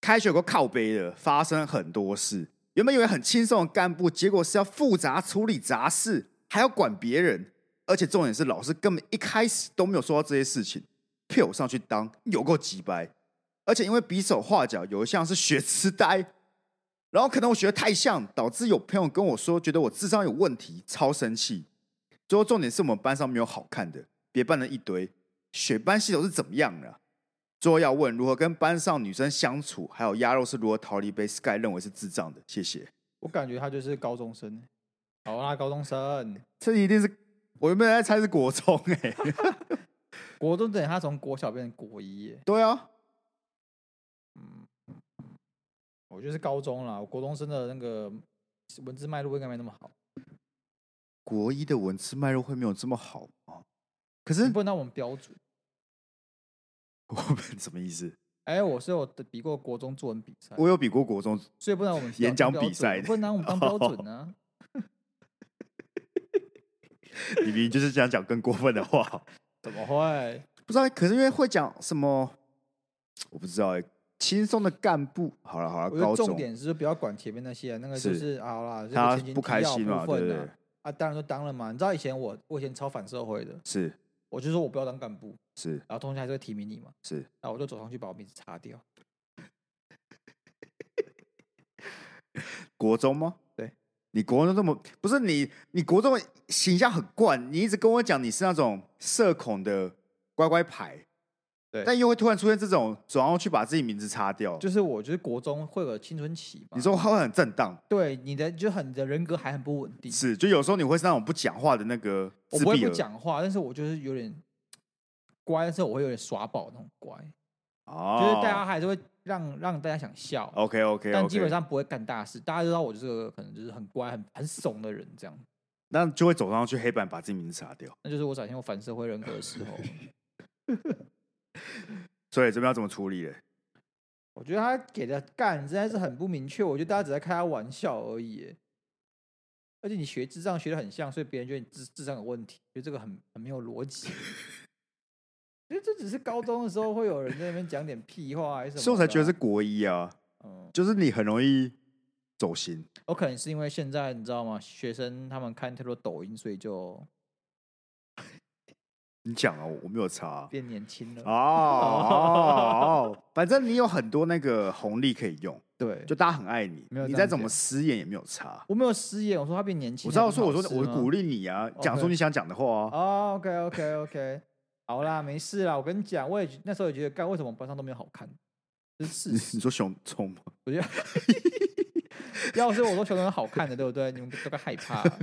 S1: 开学有个靠背的，发生很多事。原本以为很轻松的干部，结果是要复杂处理杂事，还要管别人，而且重点是老师根本一开始都没有说到这些事情，骗我上去当有够鸡掰。而且因为比手画脚，有一项是学痴呆， [LAUGHS] 然后可能我学的太像，导致有朋友跟我说觉得我智商有问题，超生气。最后重点是我们班上没有好看的，别班人一堆，选班系统是怎么样的啊、最后要问如何跟班上女生相处，还有鸭肉是如何逃离被 Sky 认为是智障的。谢谢，
S2: 我感觉他就是高中生，好啦，高中生，
S1: 这一定是我原本在猜是国中哎、
S2: 国中等他从国小变成国一耶，
S1: [LAUGHS] 对啊，
S2: 我觉得是高中啦，我国中生的那个文字脉络应该没那么好，
S1: 国一的文字脉络会没有这么好啊。可是 [LAUGHS]
S2: 你不能拿我们标准。
S1: 我们什么意思？
S2: 哎、我是有比过国中作文比赛，
S1: 我有比过国中，
S2: 所以不能我们
S1: 演讲
S2: 当标
S1: 比
S2: 准
S1: 赛哦
S2: 不能拿我们当标准啊呢、
S1: 你明明就是这样讲更过分的话。
S2: 怎么会？
S1: [LAUGHS] 不知道，可是因为会讲什么，我不知道哎、轻松的干部，好了好了，
S2: 我觉得
S1: 高
S2: 重
S1: 点。
S2: 点是不要管前面那些，那个就是是啊好啦，这个
S1: 他
S2: 前情
S1: 不
S2: 提
S1: 开
S2: 要
S1: 心
S2: 部
S1: 嘛
S2: 分
S1: 对不
S2: 啊
S1: 对
S2: 啊，当然就当了嘛。你知道以前我我以前超反社会的，
S1: 是
S2: 我就说我不要当干部，
S1: 是
S2: 然后同学还是会提名你嘛，
S1: 是，
S2: 然后我就走上去把我名字擦掉。
S1: 国中吗？
S2: 对，
S1: 你国中这么不是你，你国中形象很惯，你一直跟我讲你是那种社恐的乖乖牌，
S2: 对
S1: 但又会突然出现这种，然后去把自己名字擦掉，
S2: 就是我就是国中会有青春期嘛，
S1: 你说会很震荡，
S2: 对你的就很你的人格还很不稳定。
S1: 是，就有时候你会是那种不讲话的那个
S2: 我
S1: 自
S2: 不会
S1: 闭
S2: 不
S1: 儿
S2: 讲话，但是我就是有点乖，但是我会有点耍宝那种乖，
S1: 哦，
S2: 就是大家还是会让让大家想笑。
S1: OK OK，
S2: 但基本上不会干大事，大家知道我就是个可能就是很乖、很很怂的人，这样，
S1: 那就会走上去黑板把自己名字擦掉，
S2: 那就是我展现我反社会人格的时候。
S1: 所以这边要怎么处理嘞？
S2: 我觉得他给的干真的是很不明确，我觉得大家只在开他玩笑而已耶。而且你学智障学的很像，所以别人觉得你智智障有问题，觉得这个很很没有逻辑。 [LAUGHS] 因为这只是高中的时候会有人在那边讲点屁话还是什么、
S1: 所以我才觉得是，国一啊，
S2: 嗯，
S1: 就是你很容易走心，
S2: 我可能是因为现在你知道吗？学生他们看太多抖音，所以就
S1: 你讲啊，我我没有查、
S2: 变年轻了。
S1: 哦
S2: [LAUGHS]
S1: 哦，反正你有很多那个红利可以用，
S2: 对，
S1: 就大家很爱你，
S2: 没有
S1: 你
S2: 这
S1: 再
S2: 样
S1: 怎么
S2: 讲
S1: 失言也没有差。
S2: 我没有失言，我说他变年轻
S1: 我
S2: 了
S1: 知
S2: 不是
S1: 道，
S2: 好
S1: 所
S2: 事
S1: 以
S2: 吗。
S1: 我说我鼓励你啊，讲出
S2: OK
S1: 你想讲的话啊。
S2: 哦，OK，OK，OK、o [LAUGHS] k OK OK，好啦，没事啦。我跟你讲，我也觉那时候也觉得，干为什么我们班上都没有好看？这是事
S1: 你
S2: 实。
S1: 你说熊冲吗？
S2: 我觉得要是我说球员好看的，对不对？你们都该害怕。啊
S1: [LAUGHS]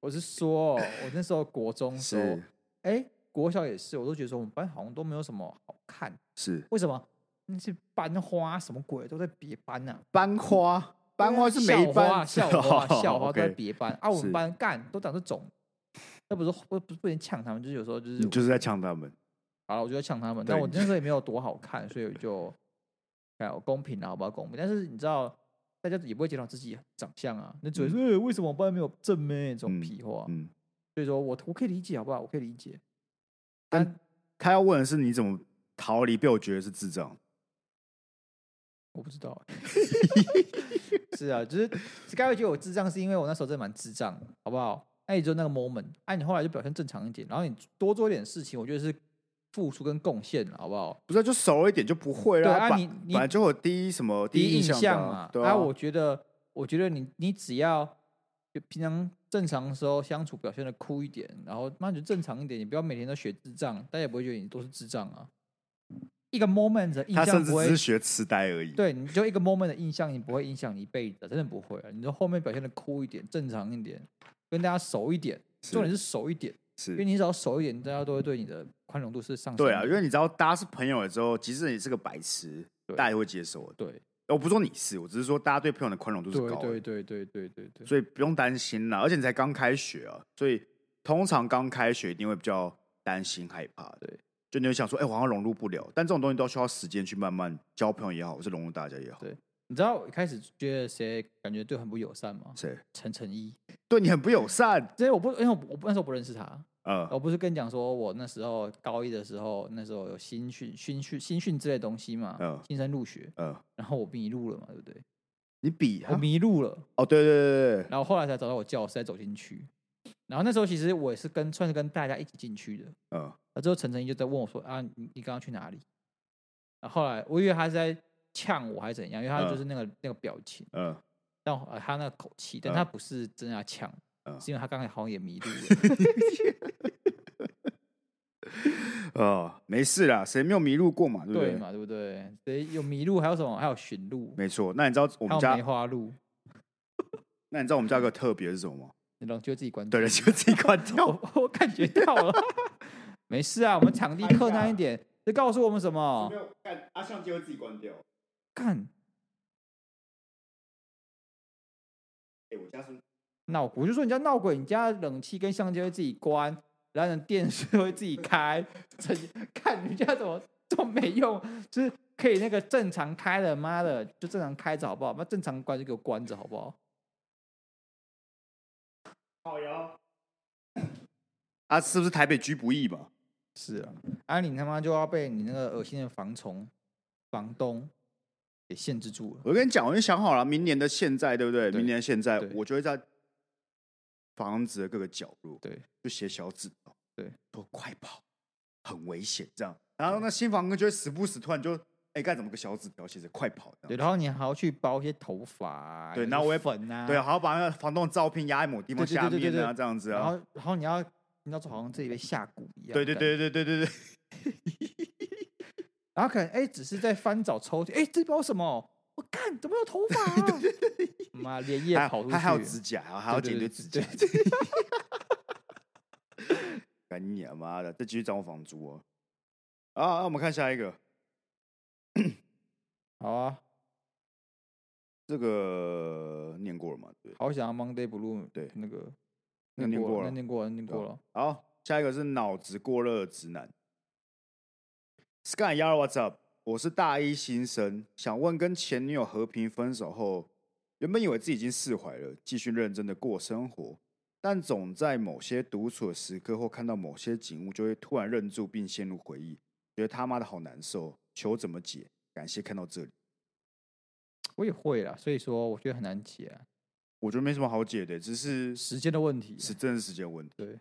S2: 我是说，我那时候国中的时候
S1: 是，
S2: 哎、国小也是，我都觉得说我们班好像都没有什么好看，
S1: 是
S2: 为什么？那些班花什么鬼都在别 [LAUGHS] 班呐、
S1: 班花，班花是没班，哦
S2: 校
S1: [LAUGHS]
S2: 花、校花、校
S1: o
S2: 花都在
S1: k
S2: 别班啊，我
S1: 是
S2: 们班干都长这种，那不是不不不能呛他们，就是有时候就是
S1: 你就是在呛他们。
S2: 好了，我就在呛他们，
S1: 对
S2: 但我那时候也没有多好看，所以我就哎我公平了，好不好？公平，但是你知道，大家也不会检讨自己长相啊，那只会说、欸为什么我班没有正妹这种
S1: 嗯
S2: 屁话，
S1: 嗯，
S2: 所以说我我可以理解，好不好？我可以理解，
S1: 但
S2: 但
S1: 他要问的是你怎么逃离被我觉得是智障。
S2: 我不知道欸、 [LAUGHS] 是啊，就是 Sky 会觉得我智障，是因为我那时候真的蛮智障的，好不好？那也就那个 moment，哎、你后来就表现正常一点，然后你多做一点事情，我觉得是付出跟贡献了，好不好？
S1: 不是，就熟一点就不会
S2: 对
S1: 啦。
S2: 啊
S1: 本
S2: 你你
S1: 本来就会有第一什么
S2: 第一印
S1: 象
S2: 象
S1: 的
S2: 嘛。
S1: 对啊，
S2: 我觉得，我觉得你你只要就平常正常的时候相处表现的酷一点，然后慢就正常一点，你不要每天都学智障，大家也不会觉得你都是智障啊。一个 moment 的印
S1: 他
S2: 象
S1: 甚至
S2: 不
S1: 只
S2: 会
S1: 是，学痴呆而已。
S2: 对，你就一个 moment 的印象，你不会影响你一辈子的，真的不会、啊。你就后面表现的酷一点，正常一点，跟大家熟一点，
S1: 是
S2: 重点是熟一点，因
S1: 是，
S2: 为你只要熟一点，大家都会对你的宽容度是上升的。
S1: 对啊，因为你知道，大家是朋友了之后，即使你是个白痴，
S2: 对
S1: 大家也会接受的。
S2: 对
S1: 我不是说你是，我只是说大家对朋友的宽容度是
S2: 对
S1: 高
S2: 对
S1: 的，
S2: 对对对对对，
S1: 所以不用担心啦。而且你才刚开学啊，所以通常刚开学一定会比较担心害怕的。
S2: 对，
S1: 就你会想说，哎、我好像融入不了。但这种东西都需要时间去慢慢交朋友也好，或是融入大家也好。
S2: 对，你知道我一开始觉得谁感觉对我很不友善吗？
S1: 谁
S2: 陈诚一，
S1: 对你很不友善？
S2: 所以我不，因为我不我不那时候不认识他，
S1: 呃，
S2: 我不是跟你讲说我那时候高一的时候，那时候有新训、新训、新训之类的东西嘛，
S1: 嗯
S2: 新生入学，
S1: 呃，
S2: 然后我迷路了嘛，对不对？
S1: 你比
S2: 我
S1: 他
S2: 迷路了，
S1: 哦，对对对对对，
S2: 然后后来才找到我教室，再走进去。然后那时候其实我也是跟算是跟大家一起进去的，
S1: 嗯，
S2: 然后之后陈诚一就在问我说：“啊，你你刚刚去哪里？”然后后来我以为他是在呛我还是怎样，因为他就是那个、那个表情，
S1: 嗯
S2: 但我、呃、他那个口气，但
S1: 嗯
S2: 他不是真的要呛，
S1: 嗯
S2: 是因为他刚才好像也迷路了。
S1: 哦，没事啦，谁没有迷路过嘛，对不
S2: 对嘛，对不对？所以有迷路，还有什么？还有寻路，
S1: 没错。那你知道我们
S2: 还有
S1: 家
S2: 梅，花鹿，
S1: 那你知道我们家有个特别是什么吗？
S2: 你懂就自己关
S1: 对
S2: 注。
S1: 了，就自己关掉。
S2: 我我感觉到了， [LAUGHS] 没事啊，我们场地客
S1: 哎
S2: 难一点，就告诉我们什么？
S1: 有干，阿相机会自己关掉。
S2: 干，
S1: 哎，我家是
S2: 闹鬼，我就说你家闹鬼，你家冷气跟相机会自己关，然后你电视会自己开，这看你家怎么这么没用，就是可以那个正常开的，妈的就正常开着好不好？妈正常关就给我关着好不好？
S1: 好摇。 [COUGHS] 啊，是不是台北居不易嘛？
S2: 是啊，啊你他妈就要被你那个恶心的房虫房东给限制住了。
S1: 我跟你讲，我已经想好了，明年的现在，对不对？
S2: 对
S1: 明年的现在
S2: 对，
S1: 我就会在房子的各个角落，
S2: 对，
S1: 就写小纸条，
S2: 对，
S1: 说快跑，很危险这样。然后那新房客就会时不时突然就，哎，该怎么个小纸条写着快跑这
S2: 对，
S1: 样。
S2: 然后你还要去包一些头发啊，
S1: 对
S2: 有
S1: 然后
S2: 些
S1: 我也
S2: 粉啊，
S1: 对，还要把那个房东的照片压在某地方
S2: 对对
S1: 下
S2: 对对
S1: 面
S2: 对
S1: 啊，
S2: 对
S1: 这样子
S2: 然
S1: 啊。
S2: 后然后你要你要好像自己被下蛊一样，
S1: 对对，对对对对对，
S2: 然后可能哎、只是在翻找抽屉，哎、这包什么？我干，怎么有头发、啊？
S1: [LAUGHS]
S2: 妈，连夜
S1: 还
S2: 跑出去，
S1: 还还有指甲啊，还要
S2: 对
S1: 剪
S2: 对
S1: 对指甲。[LAUGHS]
S2: 对对
S1: 赶紧啊妈的，再继续涨我房租哦、啊！啊，我们看下一个，
S2: 好啊，
S1: 这个念过了嘛？对不对，
S2: 好想要 Monday Blue，
S1: 对
S2: 那个
S1: 那念过
S2: 了，那
S1: 了
S2: 念过了，那念过了。
S1: 啊好，下一个是脑子过热的直男。Sky Yara What's up？我是大一新生，想问跟前女友和平分手后，原本以为自己已经释怀了，继续认真的过生活，但总在某些独处的时刻或看到某些景物，就会突然愣住并陷入回忆，觉得他妈的好难受，求怎么解？感谢看到这里，
S2: 我也会啦，所以说我觉得很难解啊、
S1: 我觉得没什么好解的，只是
S2: 时间的问题啊。
S1: 是真的时间问题，
S2: 对。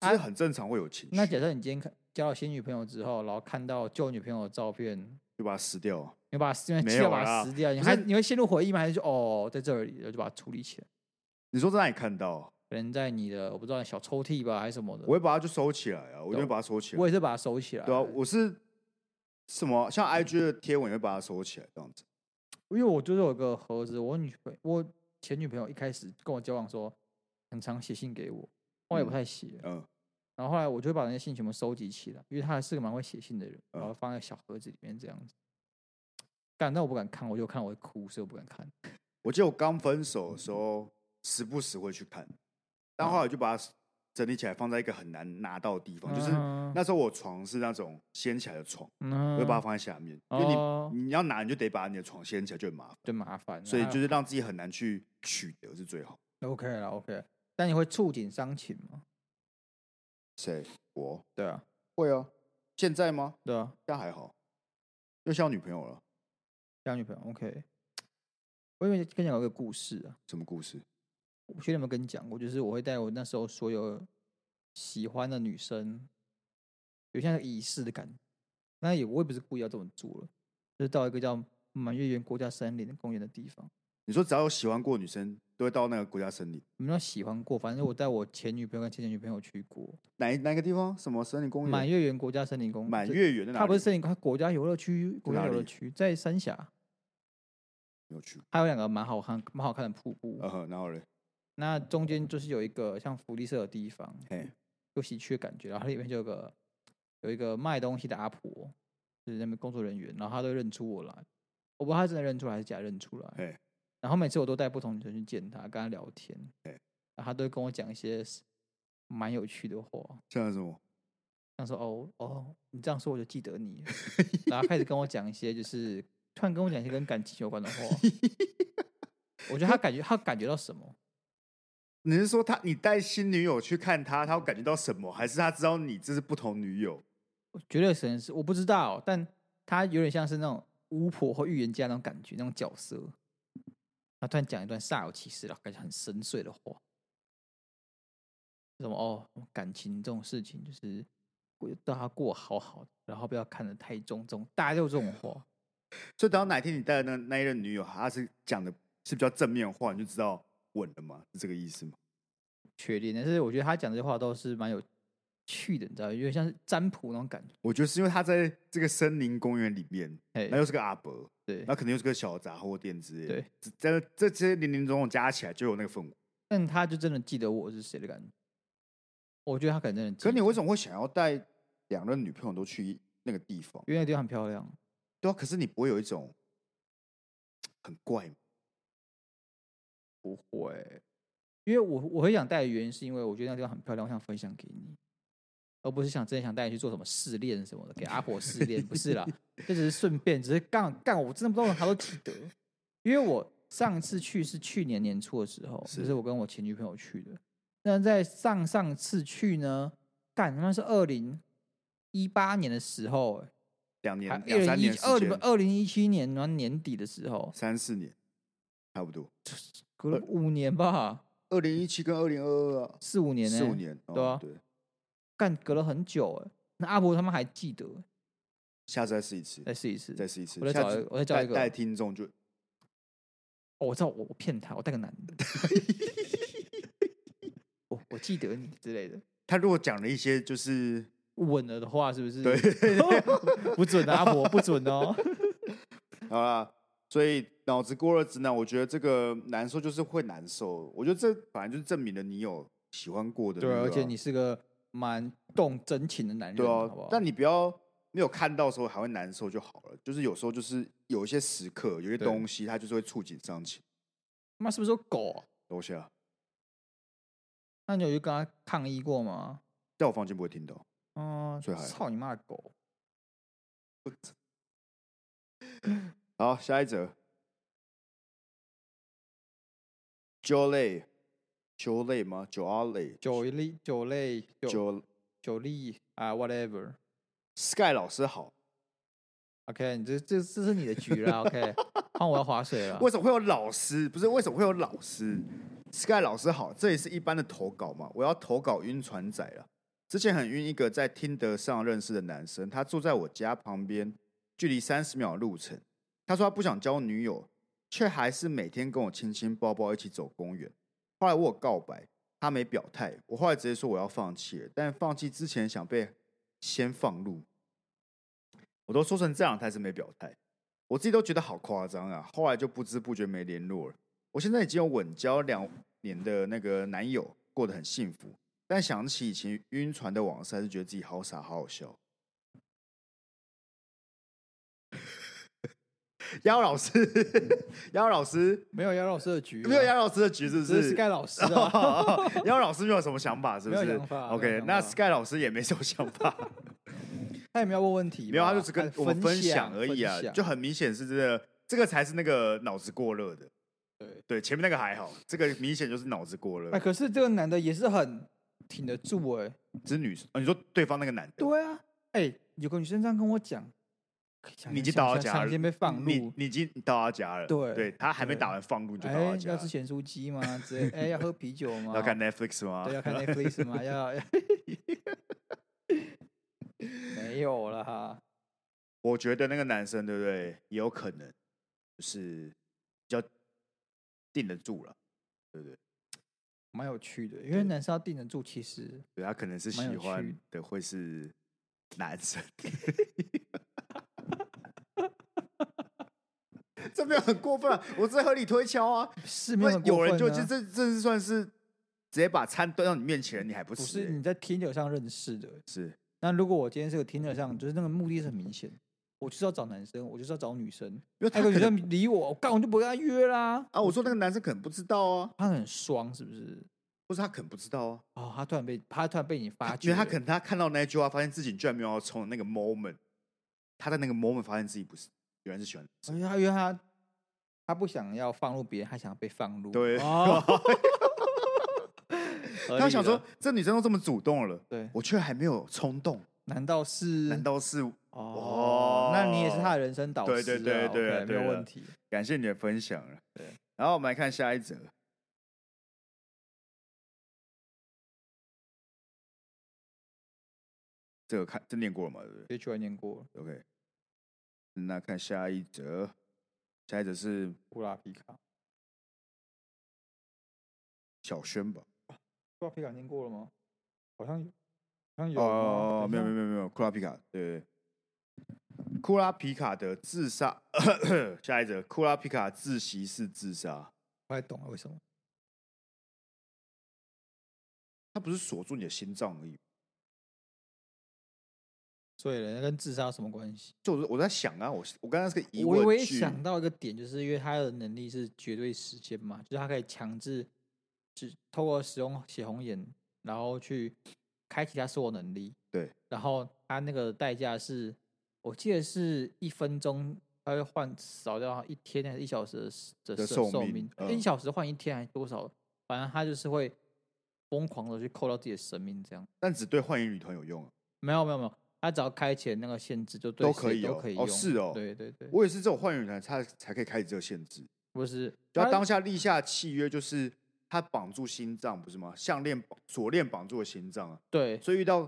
S2: 啊
S1: 这是很正常会有情绪，
S2: 那假设你今天看交了新女朋友之后，然后看到旧女朋友的照片，
S1: 就把它撕掉啊。
S2: 你把因为
S1: 没
S2: 气要
S1: 有
S2: 把
S1: 啦
S2: 它撕掉，你
S1: 不
S2: 还
S1: 是
S2: 你会陷入回忆吗？还是就哦在这里，然后就把它处理起来？
S1: 你说在哪里看到？
S2: 可能在你的我不知道小抽屉吧，还是什么的。
S1: 我会把它就收起来啊，我就会把它收起来
S2: 我。也是把它收起来。
S1: 对啊，我是什么
S2: 嗯
S1: 像 IG 的贴文也会把它收起来这样子。
S2: 因为我就是有个盒子，我女朋我前女朋友一开始跟我交往的时候，很常写信给我，我也不
S1: 嗯
S2: 太写。
S1: 嗯，
S2: 然后后来我就会把那些信全部收集起来，因为她还是个蛮会写信的人，然
S1: 嗯
S2: 后放在小盒子里面这样子。干，但我不敢看，我就看我会哭，所以我不敢看。
S1: 我记得我刚分手的时
S2: 嗯
S1: 候，时不时会去看，但后来就把它整理起来，放在一个很难拿到的地方。哦就是
S2: 嗯
S1: 那时候我床是那种掀起来的床，我
S2: 嗯
S1: 会把它放在下面，因为
S2: 哦
S1: 你你要拿你就得把你的床掀起来，就很麻烦。
S2: 就麻烦，
S1: 所以
S2: 啊
S1: 就是让自己很难去取得是最好。
S2: OK 了 OK。但你会触景伤情吗？
S1: 谁？我
S2: 对啊，
S1: 会啊。现在吗？
S2: 对啊，
S1: 现在还好，又交女朋友了。
S2: 交女朋友 OK。我以为跟你讲有一个故事啊，
S1: 什么故事？
S2: 我确定有没有跟你讲过，就是我会带我那时候所有喜欢的女生，有像仪式的感觉。那也我也不是故意要这么做了，就是到一个叫满月园国家森林的公园的地方。
S1: 你说只要有喜欢过的女生，都会到那个国家森林。
S2: 我们要喜欢过，反正我带我前女朋友跟前前女朋友去过
S1: 哪一哪一个地方？什么森林公园？
S2: 满月园国家森林公园。
S1: 满
S2: 就
S1: 月园在哪里？
S2: 它不是森林公园，它国家游乐区，国家
S1: 哪
S2: 游乐
S1: 里
S2: 区在三峡，
S1: 没有去过。
S2: 还有两个蛮好看、蛮好看的瀑布。
S1: 呃呵，然后嘞，
S2: 那中间就是有一个像福利社的地方，
S1: 嘿，
S2: 休息区的感觉，然后里面就有个有一个卖东西的阿婆，就是那边工作人员，然后她都认出我来，我不知道她真的认出来还是假认出
S1: 嘿
S2: 来。然后每次我都带不同女生去见她，跟她聊天，
S1: 嘿
S2: 然后她都会跟我讲一些蛮有趣的话，
S1: 像什么？
S2: 像说哦哦，你这样说我就记得你了，然后开始跟我讲一些就是。突然跟我讲一些跟感情有关的话，我觉得他感觉他感觉到什么？
S1: 你是说他你带新女友去看他，他会感觉到什么？还是他知道你这是不同女友？
S2: 我绝对神是我不知道，但他有点像是那种巫婆或预言家那种感觉，那种角色。他突然讲一段煞有其事的，感觉很深邃的话，什么哦，感情这种事情就是过让他过好好的，然后不要看得太重，这种大家就这种话。
S1: 所以等到哪一天你带的那那一任女友，她是讲的是比较正面的话，你就知道稳了嘛，是这个意思吗？
S2: 确定，但是我觉得他讲这些话都是蛮有趣的，你知道，有点像是占卜那种感觉。
S1: 我觉得是因为他在这个森林公园里面，
S2: 哎
S1: 那，又是个阿伯，
S2: 对
S1: 那，可能又是个小杂货店之类的。
S2: 对
S1: 这，这这些零零总总加起来就有那个氛围。
S2: 但他就真的记得我是谁的感觉。我觉得他可能真的记
S1: 可
S2: 得。
S1: 你为什么会想要带两任女朋友都去那个地方？
S2: 因为那个地方很漂亮，
S1: 对啊，可是你不会有一种很怪吗？
S2: 不会，因为我我会想带的原因是因为我觉得那地方很漂亮，我想分享给你，而不是想真的想带你去做什么试炼什么的，给阿婆试炼不是啦，这只是顺便，只是干干，我真的不知道他都记得，因为我上次去是去年年初的时候，就是是我跟我前女朋友去的，那在上上次去呢，干他妈是二零一八年的时候、欸，
S1: 两
S2: 还
S1: 年、
S2: 二
S1: 两三
S2: 零
S1: 年
S2: 一
S1: 时
S2: 二零
S1: 间，
S2: 二零一七年然后年底的时候，
S1: 三四年，差不多。
S2: 隔了五年吧。
S1: 二零一七跟二零二二啊，
S2: 四五年呢、
S1: 四五年，哦
S2: 对啊
S1: 对，
S2: 干隔了很久哎、那阿伯他们还记得欸、
S1: 下次再试一次，
S2: 再试一次。
S1: 再试一次。
S2: 我再
S1: 下
S2: 找
S1: 次
S2: 一个我再找
S1: 带
S2: 一个
S1: 带听众就
S2: 哦，我知道我我骗他，我带个男的，我我记得你之类的。
S1: 他如果讲了一些就是
S2: 吻了的话是不是？
S1: 对，
S2: [LAUGHS] 不准啊，阿伯不准哦。
S1: 好啦，所以脑子过热直男，我觉得这个难受就是会难受。我觉得这反正就是证明了你有喜欢过的女
S2: 对，
S1: 友啊，
S2: 而且你是个蛮动真情的男人，
S1: 对
S2: 好
S1: 啊
S2: 不好，？
S1: 但你不要没有看到的时候还会难受就好了。就是有时候就是有一些时刻，有一些
S2: 对
S1: 东西它就是会触景伤情。
S2: 妈是不是有狗啊、
S1: 楼下
S2: 那你有去跟他抗议过吗？
S1: 在我房间不会听到，
S2: 哦、
S1: 所以还好
S2: 操你妈的狗！
S1: 好，下一则。酒类，酒类吗？酒啊类，
S2: 酒力酒类酒
S1: 酒
S2: 酒力啊，whatever。
S1: Sky 老师好。
S2: OK，你这这这是你的局了。OK，换我要划水了。
S1: 为什么会有老师？不是为什么会有老师？Sky 老师好，这也是一般的投稿嘛。我要投稿晕船仔了。之前很晕一个在听得上认识的男生，他住在我家旁边，距离三十秒路程。他说他不想交女友，却还是每天跟我亲亲抱抱，一起走公园。后来我有告白，他没表态，我后来直接说我要放弃了。但放弃之前想被先放入，我都说成这样，他还是没表态。我自己都觉得好夸张啊！后来就不知不觉没联络了。我现在已经有稳交两年的那个男友，过得很幸福。但想起以前晕船的往事，还是觉得自己好傻，好好笑。 [LAUGHS] 姚老师，姚老师，
S2: 没有姚老师的局啊，
S1: 没有姚老师的局是不
S2: 这
S1: 是 [LAUGHS]
S2: 是 Sky 老师啊。
S1: 姚老师没有什么想法，是不是
S2: 没有想法没有
S1: OK，
S2: 想法
S1: 那 Sky 老师也没什么想法，
S2: 他也没有问问题吧，
S1: 没有，他就只跟我们分
S2: 享
S1: 享而已啊
S2: 分，享
S1: 就很明显是这个，这个才是那个脑子过热的。
S2: 对
S1: 对，前面那个还好，这个明显就是脑子过热
S2: 哎，。可是这个男的也是很挺得住哎。
S1: 只是女生、哦，你说对方那个男的，
S2: 对啊，哎，有个女生这样跟我讲，
S1: 你已经到他家了
S2: 已经被放
S1: 你
S2: 入，
S1: 你已经到他家了，
S2: 对
S1: 对他还没
S2: 对
S1: 打完放入就到
S2: 哎
S1: 他，家
S2: 要
S1: 了
S2: 吃，咸酥鸡吗？
S1: [LAUGHS]
S2: 之类，哎，要喝啤酒吗？
S1: 要看 Netflix 吗
S2: 对，？要看 Netflix 吗？要 [LAUGHS] 没有了哈，
S1: [LAUGHS] 我觉得那个男生对不对，也有可能就是比较定得住了，
S2: 蛮有趣的，因为男生要定得住，其实
S1: 对他可能是
S2: 蛮有
S1: 喜欢
S2: 趣
S1: 的会是男生。 [LAUGHS] 这没有很过分、啊，我在合理推敲啊。
S2: 是
S1: 不
S2: 没
S1: 然
S2: 有很
S1: 有
S2: 过
S1: 人就
S2: 分啊
S1: 这这这是算是直接把餐端到你面前，你还不
S2: 不
S1: 吃欸、
S2: 是你在 Tinder 上认识的。
S1: 是
S2: 那如果我今天是个 Tinder 上，就是那个目的是很明显，我就是要找男生，我就是要找女生。
S1: 因为他
S2: 还有个女
S1: 可能
S2: 生理我，我干我就不跟她约啦。
S1: 啊，我说那个男生可能不知道啊，
S2: 他很双是不是？
S1: 或是他可能不知道啊，啊
S2: 哦，他突然被他突然被你发
S1: 因
S2: 觉
S1: 为他
S2: 了，
S1: 可能他看到那一句话，发现自己居然没有要冲的那个 moment，他在那个 moment 发现自己不是，有人是喜欢
S2: 我觉得他因为他他不想要放入别人，他想要被放入。
S1: 对，
S3: 哦，
S2: 合理的，
S1: 他想说这女生都这么主动了，
S2: 对，
S1: 我却还没有冲动，
S2: 难道是？
S1: 难道是？
S2: 哦
S1: 哦？
S2: 那你也是他的人生导师啊，
S1: 对对对对啊
S2: OK，
S1: 对
S2: 没有
S1: 了
S2: 问题。
S1: 感谢你的分享啊
S2: 对，
S1: 然后我们来看下一则。这个看这念过了嘛？对不对？
S2: 别去外念过了
S1: OK，那看下一则，下一则是
S2: 乌拉皮卡，
S1: 小轩吧？
S2: 乌拉皮卡念过了吗？好像有，好像有吗。
S1: 哦，
S2: 等
S1: 没有
S2: 一下
S1: 没有没有没有，库拉皮卡，对对，库拉皮卡的自杀， [COUGHS] 下一则，库拉皮卡自习室自杀，
S2: 我还懂了为什么。
S1: 他不是锁住你的心脏而已吗。
S2: 所以人家跟自杀有什么关系？
S1: 就我我在想啊，我我刚刚是个疑
S2: 我
S1: 问
S2: 我也
S1: 句，
S2: 想到一个点，就是因为他的能力是绝对时间嘛，就是他可以强制，只透过使用血红眼，然后去开启他所有能力。
S1: 对，
S2: 然后他那个代价是，我记得是一分钟，他会换少掉一天还是一小时的时的
S1: 的
S2: 寿
S1: 寿命
S2: 命，
S1: 嗯
S2: 一小时换一天还是多少？反正他就是会疯狂的去扣到自己的生命，这样。
S1: 但只对幻影女团有用啊。
S2: 没有没有没有，他只要开启那个限制，就对
S1: 都
S2: 谁
S1: 可以
S2: 都
S1: 哦
S2: 可以
S1: 哦
S2: 用。
S1: 是哦
S2: 对对对，
S1: 我也是这种幻影女团，她才可以开始这个限制。
S2: 不是
S1: 就他
S2: 他
S1: 当下立下契约，就是他绑住心脏，不是吗？项链绑锁链绑住了心脏啊，
S2: 对，
S1: 所以遇到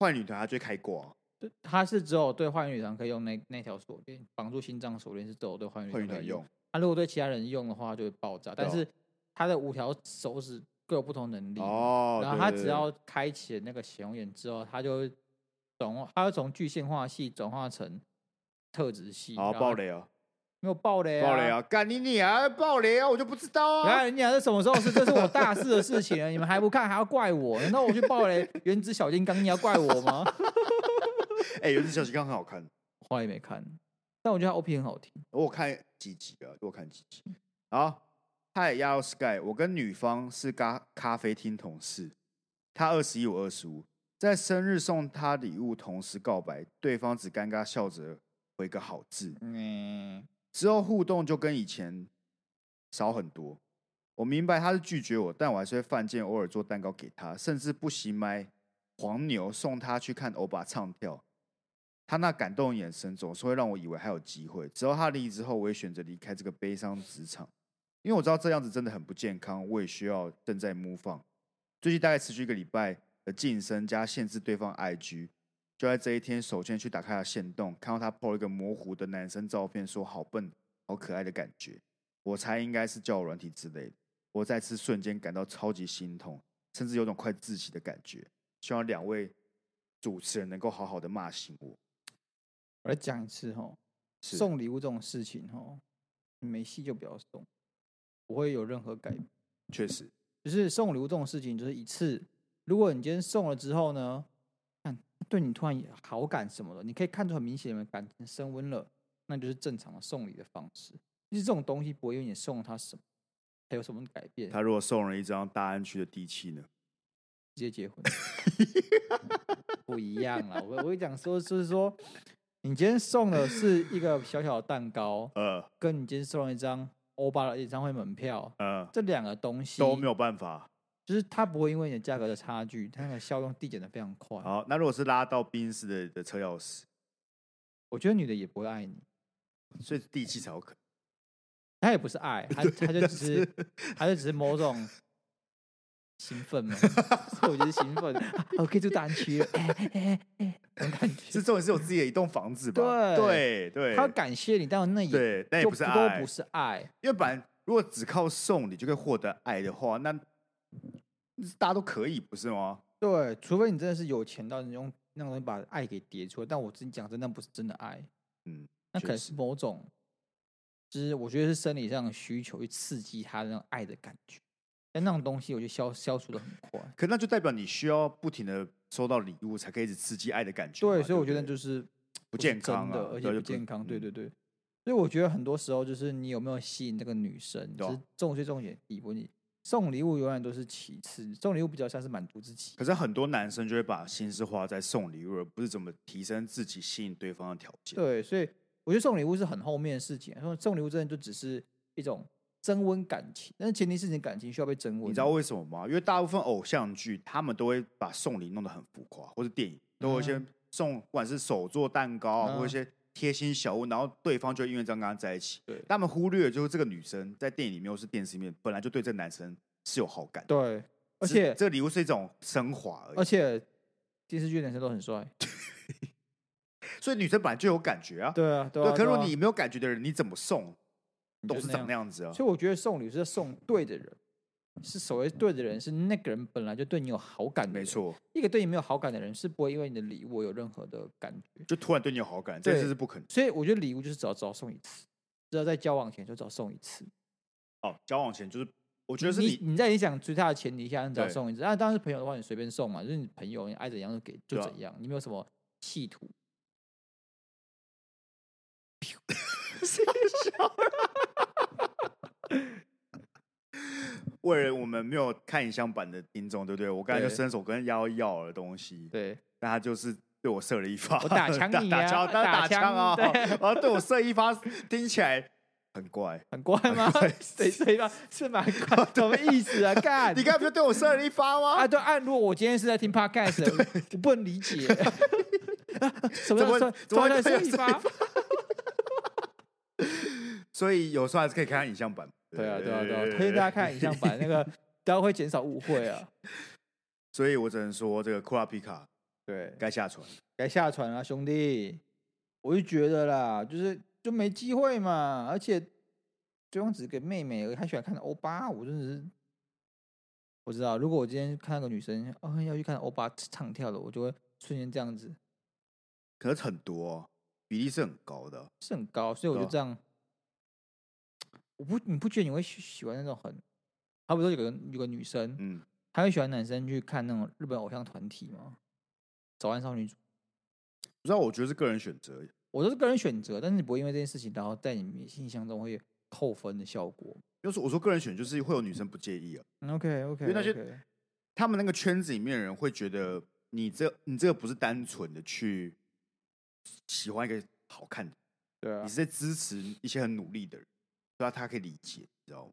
S1: 坏女团，他就会开挂啊。
S2: 对他是只有对幻影女郎可以用那那条锁链，绑住心脏锁链是只有对幻影
S1: 坏女
S2: 女郎
S1: 团
S2: 可以
S1: 用。，
S2: 他、如果对其他人用的话，就会爆炸。但
S1: 对啊
S2: 是他的五条手指各有不同能力嘛，
S1: 哦，
S2: 然后
S1: 对
S2: 他
S1: 对
S2: 只
S1: 对
S2: 要开启了那个显红眼之后，他就会转化，他会从具现化系转化成特质系。
S1: 好
S2: 然后
S1: 暴
S2: 他，
S1: 雷啊，
S2: 没有爆雷、啊，
S1: 暴雷！啊，干你你啊，暴雷啊，我就不知道
S2: [LAUGHS] 你
S1: 啊。
S2: 看，你俩这什么时候是？这是我大事的事情了，你们还不看，还要怪我？难道我去爆雷原子小金刚，你要怪我吗？ [LAUGHS]
S1: 哎，有一只小金刚很好看，
S2: 我也没看，但我觉得他 OP 很好听。
S1: 我有看几集啊，我有看几集。好，嗨，Yao Sky，我跟女方是咖咖啡厅同事，她二十一，我二十五，在生日送她礼物，同时告白，对方只尴尬笑着回个好字。
S2: 嗯，
S1: 之后互动就跟以前少很多。我明白他是拒绝我，但我还是会犯贱，偶尔做蛋糕给他，甚至不惜买黄牛送他去看欧巴唱跳。他那感动的眼神总是会让我以为还有机会。直到他离职后，我也选择离开这个悲伤职场，因为我知道这样子真的很不健康，我也需要正在 move on。最近大概持续一个礼拜的晋升加限制对方 IG，就在这一天，首先去打开他的线动，看到他 po 一个模糊的男生照片，说好笨、好可爱的感觉。我猜应该是交友软体之类的。我再次瞬间感到超级心痛，甚至有种快窒息的感觉。希望两位主持人能够好好的骂醒我。
S2: 我来讲一次哈，
S1: 是
S2: 送礼物这种事情哈，你没戏就不要送，不会有任何改变。
S1: 确实，
S2: 就是送礼物这种事情，就是一次。如果你今天送了之后呢，看对你突然有好感什么的，你可以看出很明显的感情升温了，那就是正常的送礼的方式。就是这种东西不会因为你送了他什么，还有什么改变，
S1: 他如果送了一张大安区的地契呢？
S2: 直接结婚 [LAUGHS] 不一样啦。我我讲说就是说，你今天送的是一个小小的蛋糕，
S1: 呃
S2: 跟你今天送了一张欧巴的演唱会门票，
S1: 呃，
S2: 这两个东西
S1: 都没有办法。
S2: 就是它不会因为你的价格的差距，它那个效用递减的非常快。
S1: 好，那如果是拉到宾士的的车钥匙，
S2: 我觉得女的也不会爱你，
S1: 所以地契才有可能。
S2: 她也不是爱，
S1: [LAUGHS]
S2: 她她就只是她就只是某种兴奋嘛，所以我觉得兴
S1: [LAUGHS]
S2: 奋，啊我可以住大安区了，哎哎哎，那种感觉。
S1: 是重点是有自己的一栋房子吧？
S2: 对
S1: 对对，
S2: 她要感谢你，但那也
S1: 对，那也
S2: 就
S1: 不是
S2: 都
S1: 爱，
S2: 不是爱，
S1: 因为本来如果只靠送礼就可以获得爱的话，那大家都可以，不是吗？
S2: 对，除非你真的是有钱到你用那种东西把爱给叠出来，但我自己讲真，那不是真的爱，
S1: 嗯，
S2: 那
S1: 确
S2: 可能是某种，就是我觉得是生理上的需求去刺激他那种爱的感觉，但那种东西我就消消除的很快。
S1: 可那就代表你需要不停的收到礼物，才可以一直刺激爱的感觉嘛。
S2: 对，所以我
S1: 不
S2: 觉得
S1: 对
S2: 就是
S1: 不
S2: 是
S1: 健
S2: 真
S1: 康啊
S2: 的，而
S1: 对
S2: 且不
S1: 就不
S2: 健康。对
S1: 嗯
S2: 对对，所以我觉得很多时候就是你有没有吸引这个女生，
S1: 对啊
S2: 就是重最重点第一步。你送礼物永远都是其次，送礼物比较像是满足自己。
S1: 可是很多男生就会把心思花在送礼物，而不是怎么提升自己吸引对方的条件。
S2: 对，所以我觉得送礼物是很后面的事情啊，说送礼物真的就只是一种增温感情，但是前提是你的感情需要被增温。
S1: 你知道为什么吗？因为大部分偶像剧他们都会把送礼弄得很浮夸，或者电影都有一些
S2: 嗯
S1: 送，不管是手做蛋糕啊，或者
S2: 嗯
S1: 一些贴心小物，然后对方就因为这样跟他在一起。
S2: 对
S1: 他们忽略就是这个女生在电影里面或是电视里面本来就对这个男生是有好感的，
S2: 对，而
S1: 只
S2: 且
S1: 这个礼物是一种升华而
S2: 而
S1: 已，
S2: 且电视剧男生都很帅，
S1: 所以女生本来就有感觉啊。
S2: 对啊，对
S1: 对，
S2: 啊。
S1: 可是如
S2: 对
S1: 果
S2: 啊
S1: 你没有感觉的人，你怎么送
S2: 你
S1: 都
S2: 就是那
S1: 长
S2: 样
S1: 那样子啊。
S2: 所以我觉得送礼是要送对的人，是所谓对的人，是那个人本来就对你有好感的。
S1: 没，错，
S2: 一个对你没有好感的人是不会因为你的礼物有任何的感觉。
S1: 就突然对你有好感，这
S2: 对
S1: 次是不可能。
S2: 所以我觉得礼物就是只要只要送一次，只要在交往前就只要送一次。
S1: 哦，交往前就是，我觉得是
S2: 你
S1: 你
S2: 你在你想追他的前提下，你只要
S1: 对
S2: 送一次。那当然是朋友的话，你随便送嘛，就是你朋友，你爱怎样就给就
S1: 对啊
S2: 怎样，你没有什么企图。 [LAUGHS]
S1: 为了我们没有看影像版的听众，对不对？我刚才就
S2: 对
S1: 伸手跟幺要了东西，
S2: 对，
S1: 那他就是对我射了一发，
S2: 我打枪你
S1: [LAUGHS] 打
S2: 啊
S1: 枪，他打
S2: 打枪
S1: 枪啊，
S2: 对
S1: [LAUGHS] 然后对我射一发，听起来很
S2: [LAUGHS]
S1: 怪。哦
S2: 很怪吗？对，所以吧，是蛮怪，什么意思
S1: [LAUGHS]
S2: 啊？干，
S1: 你刚才不是对我射了一发
S2: 啊，
S1: 吗？
S2: 对啊，如果我今天是在听 podcast，的我我不能理
S1: [LAUGHS]
S2: 解，什么
S1: 怎么
S2: 什么
S1: 怎么会
S2: 在
S1: 有
S2: 一
S1: 这
S2: [LAUGHS] 发？
S1: 所以有时候还是可以看看影像版。
S2: 对啊，对啊，对啊，推荐大家看影像版，那个 [LAUGHS] 大家会减少误会啊。
S1: 所以我只能说，这个库拉皮卡
S2: 对，
S1: 该下船。
S2: 该下船了，兄弟。我就觉得啦，就是就没机会嘛，而且追光只是个妹妹而已，她喜欢看欧巴，我真的是不知道。如果我今天看到个女生，哦，要去看欧巴唱跳的，我就会瞬间这样子，
S1: 可是很多哦、比例是很高的。
S2: 是很高，所以我
S1: 对
S2: 就
S1: 啊
S2: 这样。我不，你不觉得你会喜喜欢那种很，好比说有个有个女生，
S1: 嗯，
S2: 她会喜欢男生去看那种日本偶像团体吗？早安少女组，
S1: 不知道，我觉得是个人选择。因
S2: 我都是个人选择，但是你不会因为这件事情，然后在你印象中会有扣分的效果。
S1: 为说我说个人选，就是会有女生不介意啊。
S2: OK OK，
S1: 因为那些他们那个圈子里面的人会觉得你这你这个不是单纯的去喜欢一个好看的，
S2: 对啊
S1: 你是在支持一些很努力的人，对啊，他可以理解，你知道吗？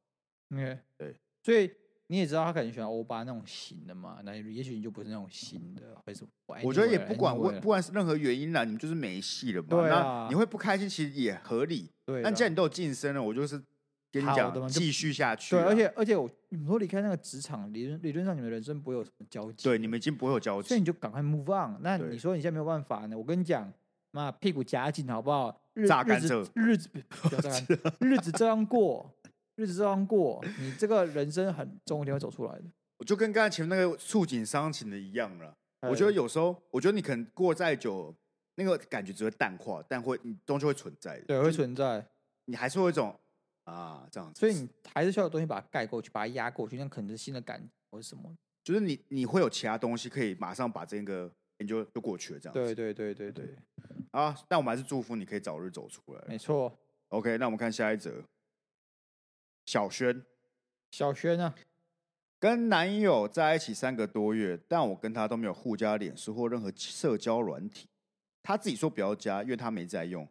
S2: ，OK
S1: 对，
S2: 所以你也知道他可能喜欢欧巴那种型的嘛，那也许你就不是那种型的，或者什么。
S1: 我觉得也不管我
S2: anyway 啦
S1: 不管是任何原因啦，你们就是没戏了嘛。
S2: 对啊
S1: 那你会不开心，其实也合理。
S2: 对啦，
S1: 但既然你都有晋升了，我就是跟你
S2: 好的
S1: 讲，
S2: 嘛就
S1: 继续下去
S2: 对，
S1: 啦。
S2: 而且而且我你们说离开那个职场，理论理论上你们人生不会有什么交集，
S1: 对你，们已经不会有交
S2: 所
S1: 集
S2: 以你，就赶快 move on。那
S1: 对
S2: 你说你现在没有办法呢？我跟你讲，妈屁股夹紧好不好？日
S1: 榨
S2: 日
S1: 甘
S2: 子
S1: 蔗
S2: 日子不 [LAUGHS] 要榨甘蔗日子这样过，日子这样过，你这个人生很终有一天会走出来的。 [LAUGHS]
S1: 我就跟刚才前面那个触景伤情的一样了。我
S2: 嗯呃
S1: 觉得有时候，我觉得你可能过再久，那个感觉只会淡化，但会你终究会存在的。
S2: 对会存在，
S1: 你还是会有一种啊这样子。
S2: 所以你还是需要有东西把它盖过去，把它压过去，那可能是新的感觉或者什么。
S1: 就是你你会有其他东西可以马上把这个研究就过去了这样子。
S2: 对对对对对，
S1: 啊，但我们还是祝福你可以早日走出来。
S2: 没错。
S1: OK，那我们看下一则。小轩
S2: 小轩啊，
S1: 跟男友在一起三个多月，但我跟他都没有互加脸书或任何社交软体。他自己说不要加，因为他没在用。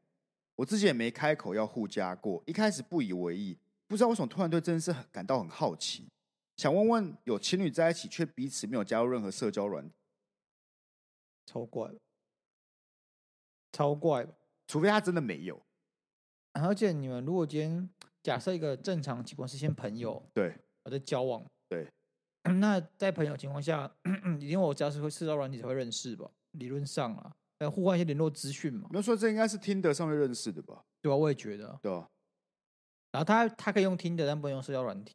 S1: 我自己也没开口要互加过，一开始不以为意，不知道为什么突然对这件事很感到很好奇，想问问有情侣在一起却彼此没有加入任何社交软体，
S2: 超怪吧，超怪吧。
S1: 除非他真的没有。
S2: 而且你们如果今天假设一个正常情况是先朋友，
S1: 对，
S2: 我呃在交往，嗯
S1: 对，
S2: 那在朋友情况下，一定我只要是会社交软体才会认识吧，理论上啊，呃，互换一些联络资讯嘛，
S1: 没有说这应该是听得上面认识的吧？
S2: 对吧、我也觉得，
S1: 对啊吧？
S2: 然后他他可以用听的，但不能用社交软体。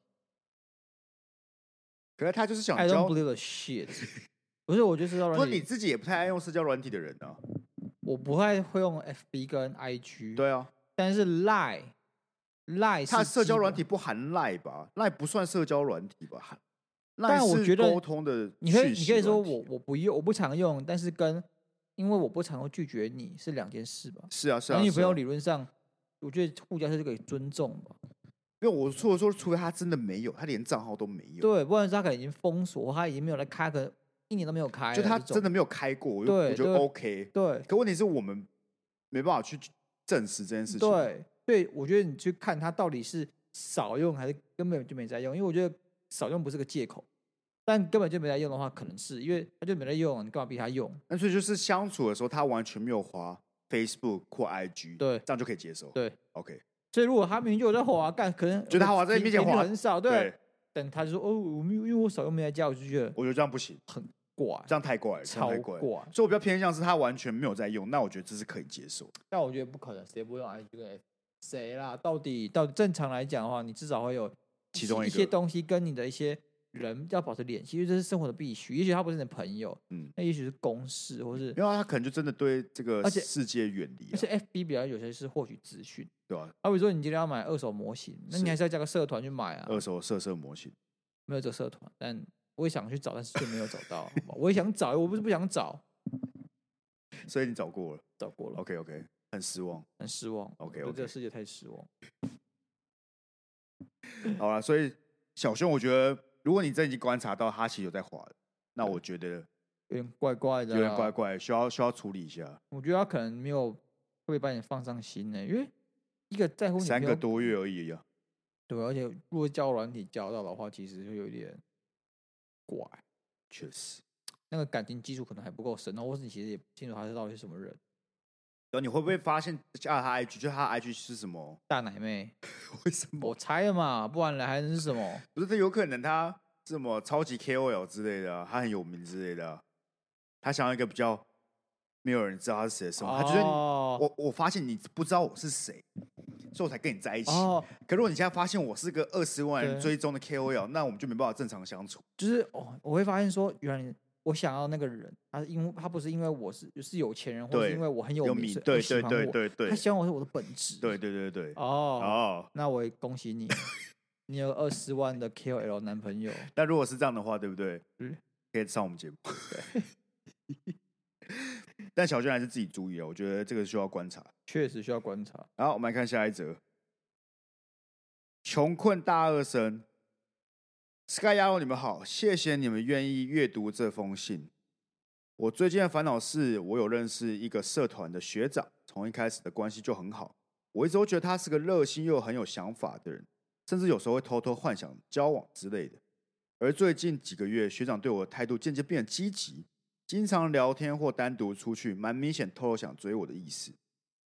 S1: 可是他就是想
S2: I
S1: 交
S2: don't，believe
S1: [LAUGHS]
S2: a shit 。不是，我觉得社交
S1: 不
S2: 软
S1: 是你
S2: 体，
S1: 自己也不太爱用社交软体的人啊。
S2: 我不太会用 FB 跟 IG，，
S1: 对啊，
S2: 但是 Line Line
S1: 他
S2: 是
S1: 社
S2: 基
S1: 交软
S2: 本
S1: 体不含赖吧？赖不算社交软体吧？赖
S2: 但我
S1: 是
S2: 觉得
S1: 沟通的，
S2: 你可以你可以说我我不用我不常用，但是跟因为我不常会拒绝你是两件事吧。
S1: 是啊是啊，
S2: 男女朋友
S1: 是啊
S2: 理论上，我觉得互加是可以尊重吧。
S1: 因为我说说，除非他真的没有，他连账号都没有，
S2: 对，不然他可能已经封锁，或他已经没有来开，可能一年都没有开了这
S1: 就他
S2: 种。
S1: 真的没有开过，我就
S2: 对
S1: 我觉得
S2: 对
S1: OK。
S2: 对
S1: 可问题是我们没办法去证实这件事情。，
S2: 对，对，我觉得你去看它到底是少用还是根本就没在用，因为我觉得少用不是个借口，但根本就没在用的话，可能是因为他就没在用，你干嘛逼他用？
S1: 那所以就是相处的时候，他完全没有滑 Facebook 或 IG，
S2: 对
S1: 这样就可以接受。
S2: 对
S1: ，OK，
S2: 所以如果他明明就有在滑，干可能
S1: 就他滑在
S2: 频
S1: 面前
S2: 频率
S1: 滑
S2: 很少，对，等他就说哦，我没有因为我少用没在家，我就觉得
S1: 我觉得这样不行，
S2: 怪，
S1: 这样太怪了，这样
S2: 超
S1: 太怪了。
S2: 怪。
S1: 所以我比较偏向是他完全没有在用，那我觉得这是可以接受。
S2: 但我觉得不可能，谁不会用 IG 跟 F？谁啦？到底到底正常来讲的话，你至少会有
S1: 其中
S2: 一
S1: 一
S2: 些
S1: 个
S2: 东西跟你的一些人要保持联系，因为这是生活的必须。也许他不是你的朋友，
S1: 嗯
S2: 那也许是公事，或是
S1: 没有啊，他可能就真的对这个
S2: 而且
S1: 世界远离、
S2: 而
S1: 啊，
S2: 且 FB 比较有些是获取资讯。
S1: 对吧、
S2: 好比说，你今天要买二手模型，那你
S1: 是呃
S2: 还是要加个社团去买啊。
S1: 二手色色模型，
S2: 没有这个社团，但我也想去找，但是就没有找到。好不好我也想找，我不是不想找，
S1: 所以你找过了
S2: 找过
S1: [LAUGHS]
S2: 了，
S1: ，OK OK，很失望。
S2: 很失望。我
S1: OK，
S2: 对这
S1: OK
S2: 个世界太失望。
S1: 好了，所以小熊，我觉得如果你真的已经观察到哈奇有在滑了，那我觉得
S2: 有点怪怪的，啊
S1: 有点怪。怪，需要需要处理一下。
S2: 我觉得他可能没有会把你放上心呢、因为一个在乎你
S1: 三
S2: 没
S1: 个
S2: 有
S1: 多月而已啊，
S2: 对，而且如果交友软体交到的话，其实就有一点怪，
S1: 确实。
S2: 那个感情基础可能还不够深，然后或是你其实也不清楚他是到底是什么人，
S1: 然后啊你会不会发现加了他 IG，就他 IG 是什么？ [LAUGHS]
S2: 大奶妹，
S1: 为什么？
S2: 我猜的嘛，不然来还能是
S1: [LAUGHS]
S2: 什么？
S1: 不是，这有可能他是什么超级 KOL 之类的啊、他很有名之类的啊、他想要一个比较没有人知道他是谁的生活，他觉得你
S2: 哦
S1: 我我发现你不知道我是谁，所以我才跟你在一起。
S2: 哦，
S1: 可如果你现在发现我是个二十万人
S2: 对
S1: 追踪的 KOL，那我们就没办法正常相处。
S2: 就是哦，我会发现说，原来我想要那个人，他是因为他不是因为我是是有钱人，或是
S1: 对
S2: 因为我很
S1: 有
S2: 有名，
S1: 米，
S2: 所以
S1: 对
S2: 而喜
S1: 对
S2: 欢
S1: 对
S2: 我
S1: 对对
S2: 他喜欢我是我的本质，
S1: 对对对对。
S2: 哦，
S1: 哦，
S2: 那我也恭
S1: [LAUGHS]
S2: 喜你，你有二十万的 KOL 男朋友，
S1: 那如果是这样的话，对不对？
S2: 嗯
S1: 可以上我们节目。 [LAUGHS] 但小娟还是自己注意哦，我觉得这个需要观察。
S2: 确实需要观察。
S1: 好，我们来看下一则。穷困大二生，Sky 亚龙，你们好，谢谢你们愿意阅读这封信。我最近的烦恼是我有认识一个社团的学长，从一开始的关系就很好，我一直都觉得他是个热心又很有想法的人，甚至有时候会偷偷幻想交往之类的。而最近几个月，学长对我的态度渐渐变得积极，经常聊天或单独出去，蛮明显透露想追我的意思。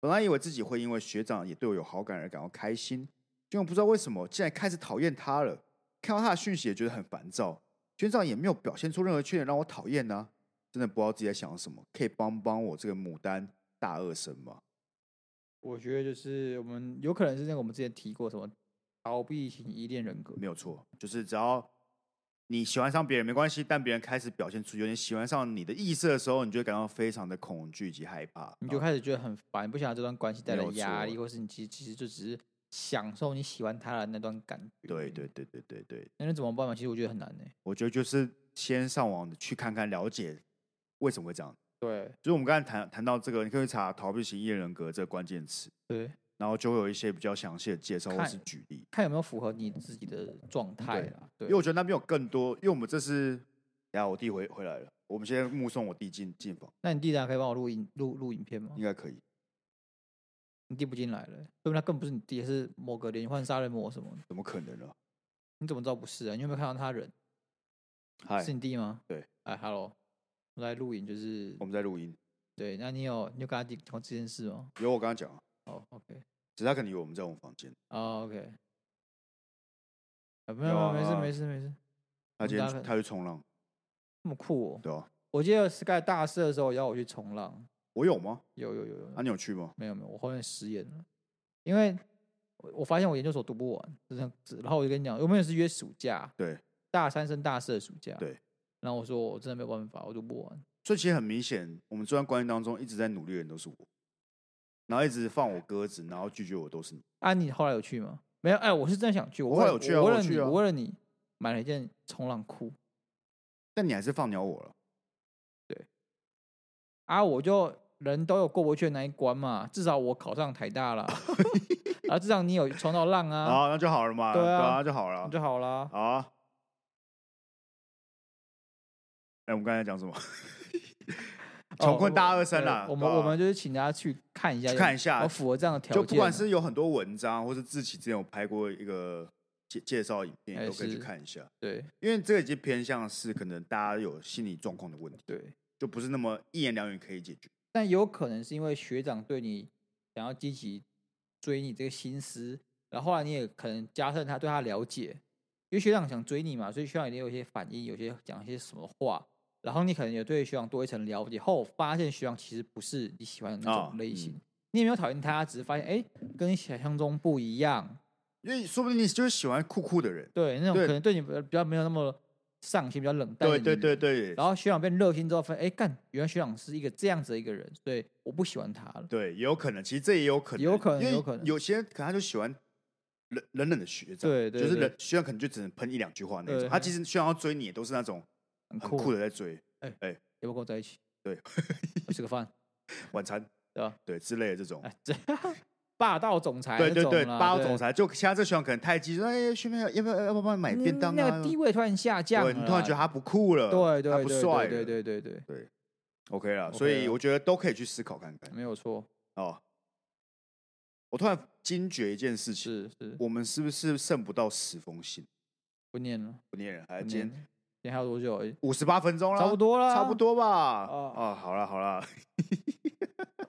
S1: 本来以为自己会因为学长也对我有好感而感到开心，结果不知道为什么竟然开始讨厌他了。看到他的讯息也觉得很烦躁，学长也没有表现出任何缺点让我讨厌呢、真的不知道自己在想什么，可以帮帮我这个牡丹大二生吗？
S2: 我觉得就是我们有可能是那个我们之前提过什么逃避型依恋人格，
S1: 没有错，就是只要你喜欢上别人没关系，但别人开始表现出有点喜欢上你的意思的时候，你就会感到非常的恐惧以及害怕。嗯
S2: 你就开始觉得很烦，不想要这段关系带
S1: 没
S2: 来
S1: 有
S2: 压
S1: 错
S2: 力，或是你其实其实就只是享受你喜欢他的那段感觉。
S1: 对对，对对对对，
S2: 那你怎么办嘛？其实我觉得很难呢、
S1: 我觉得就是先上网去看看了解为什么会这样。
S2: 对
S1: 就是我们刚才谈谈到这个，你可以查逃避型依恋人格这个关键词，
S2: 对，
S1: 然后就会有一些比较详细的介绍或
S2: 看
S1: 是举例。
S2: 看有没有符合你自己的状态
S1: 嗯对
S2: 啦。
S1: 因
S2: 对
S1: 为，我觉得那边有更多，因为我们这是，等一下我弟回回来了，我们现在目送我弟进进房，
S2: 那你弟等下可以帮我录影录录影片吗
S1: 应？该可以。
S2: 你弟不进来了、说明他根本不是你弟，是某个连环杀人魔什么的？
S1: 怎么可能呢？
S2: 你怎么知道不是啊？你有没有看到他人？
S1: 嗨
S2: 是，你弟吗？
S1: 对，
S2: 哎，Hello，我在录影，就是
S1: 我们在录音，对
S2: 对，那你有你有跟他讲过这件事吗？
S1: 有我刚刚讲啊，
S2: 哦，OK，
S1: 只是他可能以为我们在我们房间，
S2: 哦，OK，啊，没
S1: 有
S2: 有没
S1: 啊
S2: 有，没事
S1: 啊
S2: 没事没事，
S1: 他今天
S2: 我们
S1: 去
S2: 家
S1: 他去冲浪，
S2: 那么酷哦！
S1: 对啊，
S2: 我记得 Sky 大四的时候要我去冲浪，
S1: 我有吗？
S2: 有有有有，
S1: 啊，你有去吗？
S2: 没有没有，我后面食言了，因为我我发现我研究所读不完，就这样子。然后我就跟你讲，我们也是约暑假，
S1: 对，
S2: 大三升大四的暑假，
S1: 对。
S2: 然后我说我真的没有办法，我读不完，
S1: 所以其实很明显，我们这段关系当中一直在努力的人都是我，然后一直放我鸽子，然后拒绝我都是你。
S2: 啊，你后来有去吗？没有，哎，我是真的想去，我
S1: 我
S2: 为
S1: 后来
S2: 了
S1: 有去啊
S2: 我为
S1: 我
S2: 了
S1: 有
S2: 你，
S1: 去啊
S2: 我为了你买了一件冲浪裤
S1: 但你还是放鸟我了，
S2: 啊，我就人都有过不去的那一关嘛，至少我考上台
S1: [LAUGHS]
S2: 大了，啊，至少你有冲到浪啊，
S1: 啊，那就好了嘛，
S2: 对啊
S1: 啊，那就好了
S2: 那，就好啦。
S1: 好啊。哎、我们刚才讲什么？
S2: 哦
S1: 穷困大
S2: 我
S1: 二生
S2: 对
S1: 啦，
S2: 哦我
S1: 对
S2: 们
S1: 吧
S2: 我们就是请大家去看一下，
S1: 去看一下
S2: 我符合这样的
S1: [LAUGHS]
S2: 条
S1: 就
S2: 件，啊
S1: 不管是有很多文章，或是自己之前有拍过一个介介绍影片，
S2: 哎
S1: 都可以去
S2: 是
S1: 看一下。
S2: 对
S1: 因为这个已经偏向是可能大家有心理状况的问题，
S2: 对，
S1: 就不是那么一言两语可以解决。
S2: 但有可能是因为学长对你想要积极追你这个心思，然后后来你也可能加深他对他了解，因为学长想追你嘛，所以学长一定有一些反应，有些讲一些什么话，然后你可能也对学长多一层了解，后发现学长其实不是你喜欢的那
S1: 哦
S2: 种类型，
S1: 嗯
S2: 你也没有讨厌他，只是发现哎、诶跟你想象中不一样，
S1: 因为说不定你就是喜欢酷酷的人，
S2: 对那种
S1: 对
S2: 可能对你比较比较没有那么上心，比较冷淡，
S1: 对对对。对，
S2: 然后学长变热心之后，发现哎干，原来学长是一个这样子的一个人，所以我不喜欢他了。
S1: 对，也有可能，其实这也有可能，
S2: 有可能
S1: 因为
S2: 有可能
S1: 有些人可能他就喜欢冷冷冷的学长，
S2: 对对
S1: 就是
S2: 对
S1: 冷学长可能就只能喷一两句话那种。
S2: 对
S1: 他其实学长要追你，也都是那种
S2: 很
S1: 很
S2: 酷，
S1: 酷的在追
S2: 要不要跟我在一起？
S1: 对，
S2: 我 [LAUGHS] 吃个饭，
S1: 晚餐，
S2: 对啊吧？
S1: 对之类的这种。
S2: 哎，这霸道总裁
S1: 对
S2: 那
S1: 对
S2: 种
S1: 对，
S2: 啦
S1: 霸道总裁就现在这学长可能太激动，哎，学妹要不要要不要帮你买
S2: 那
S1: 便当
S2: 嗯那
S1: 啊
S2: 个？地位突然下降了
S1: 对
S2: 啦，
S1: 你突然觉得他不酷了，
S2: 对
S1: 他
S2: 对
S1: 不
S2: 对
S1: 帅了，
S2: 对对对对对，
S1: ，OK 了。
S2: OK 啊
S1: 所以
S2: 了
S1: 我觉得都可以去思考看看
S2: 没有错，
S1: 哦。我突然惊觉一件事情，
S2: 是是，
S1: 我们是不是剩不到十封信？
S2: 不念了，
S1: 不念了，还
S2: 不
S1: 今
S2: 念
S1: 天
S2: 了，今天还有多久而已？
S1: 五十八分钟了，
S2: 差不多啦，
S1: 差不多吧。
S2: 哦
S1: 哦，好了好了，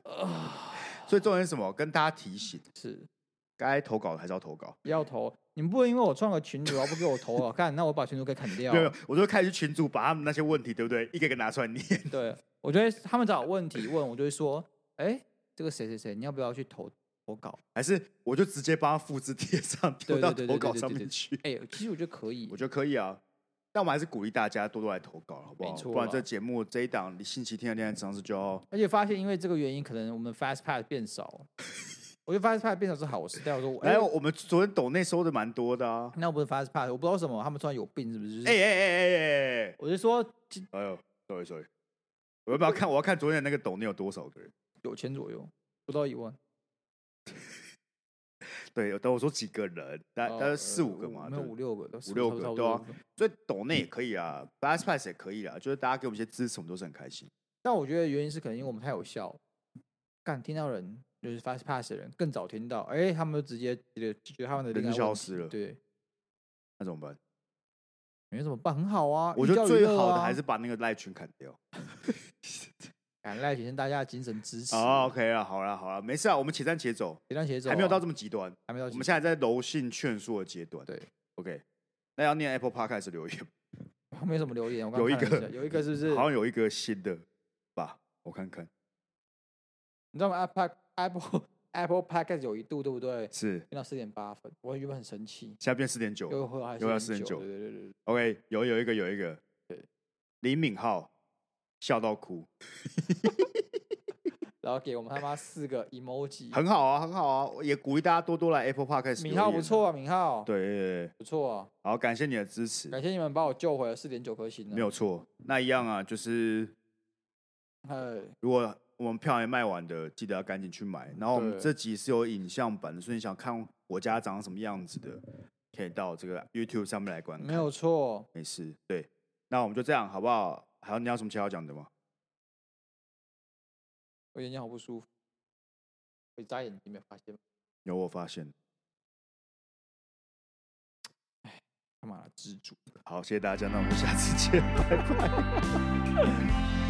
S2: 啊
S1: [LAUGHS] 所以重点是什么？跟大家提醒，
S2: 是
S1: 该投稿的还是要投稿。
S2: 要投。你们不能因为我创个群主，然后不给我
S1: [LAUGHS]
S2: 投啊？看，那我把群主给砍掉
S1: 没。有，没有我就开始去群主把他们那些问题，对不对？一个一个拿出来念。
S2: 对，我觉得他们找问题问，我就会说，哎，这个谁谁谁，你要不要去投投稿？
S1: 还是我就直接帮他复制贴上，丢
S2: 对
S1: 到
S2: 对对
S1: 投
S2: 对
S1: 稿
S2: 对对
S1: 上
S2: 对
S1: 面
S2: 对
S1: 去。
S2: 哎，其实我觉得可以
S1: 我，觉得可以啊，但我们还是鼓励大家多多来投稿，好不好？
S2: 没错
S1: 不然
S2: 啊
S1: 这节目这一档星期天的恋爱常识就要
S2: 而且发现因为这个原因，可能我们 fast pass 变少了。我觉得 fast pass 变少是好事，但我说我，哎、
S1: 来。我们昨天抖内收的蛮多的啊！
S2: 那我不是 fast pass，我不知道为什么，他们突然有病是不是？就是
S1: 哎哎哎哎哎！
S2: 我是说
S1: 哎呦，sorry sorry，我要不要看？我要看昨天那个抖内有多少个人？
S2: 九千左右，不到一万，
S1: 对，等我说几个人，大
S2: 哦
S1: 大概四
S2: 呃
S1: 五个嘛，
S2: 没有
S1: 对
S2: 五六个，四
S1: 五六个
S2: 差不
S1: 对啊
S2: 多差不多
S1: 所以抖内也可以啊，Fast Pass 也可以啦，就是大家给我们一些支持，我们都是很开心。
S2: 但我觉得原因是可能因为我们太有效，干听到人就是 fast pass 的人更早听到，哎、他们就直接觉得觉得他们的
S1: 人
S2: 恋爱
S1: 消
S2: 问
S1: 失
S2: 题
S1: 了
S2: 对，
S1: 那怎么办？
S2: 没怎么办，很好啊。
S1: 我
S2: 寓
S1: 觉
S2: 教
S1: 得
S2: 于
S1: 最
S2: 乐
S1: 好的
S2: 啊
S1: 还是把那个赖群砍掉。
S2: 感赖学生大家的精神支持
S1: 哦，OK 啊，好啦好啦，没事啊，我们且战且走，
S2: 别让写走啊，
S1: 还没有到这么极端，
S2: 还没到
S1: 我
S2: 结
S1: 们
S2: 束，
S1: 现在在柔性劝说的阶段。
S2: 对
S1: ，OK，那要念 Apple Park 还是留言？
S2: [LAUGHS] 没什么留言，我刚
S1: 有一
S2: 看了
S1: 个
S2: 下有一个是不是？
S1: [LAUGHS] 好像有一个新的吧，我看看
S2: 你知道吗？Apple [LAUGHS] Apple Apple Podcast 有一度对不对？
S1: 是，
S2: 变到四点八分，我原本很生气，
S1: 现在变四点九，
S2: 又后来
S1: 又要
S2: 4.9
S1: 4.9
S2: 对对对对，
S1: OK，有有一个有一个，
S2: 对，李
S1: 李敏镐笑到哭，
S2: 然后给我们他妈四个 emoji，
S1: 很好啊，很好啊，我也鼓励大家多多来 Apple Podcast
S2: 敏
S1: 留
S2: 浩
S1: 言
S2: 不
S1: 啊，
S2: 错啊，敏浩，
S1: 对，对对对
S2: 不错啊，
S1: 好，感谢你的支持，嗯
S2: 感谢你们把我救回了四点九颗星呢，啊
S1: 没有错。那一样啊，就是
S2: 哎，
S1: 如果我们票还卖完的，记得要赶紧去买。然后我们
S2: 对
S1: 这集是有影像版的，所以你想看我家长什么样子的，可以到这个 YouTube 上面来观看。
S2: 没有错，
S1: 没事，对，那我们就这样好不好？还有你要什么其他要讲的吗？
S2: 我眼睛好不舒服，我眨眼睛没有发现吗，
S1: 有我发现，
S2: 干嘛啦蜘蛛？
S1: 好，谢谢大家，那我们下次见，拜拜。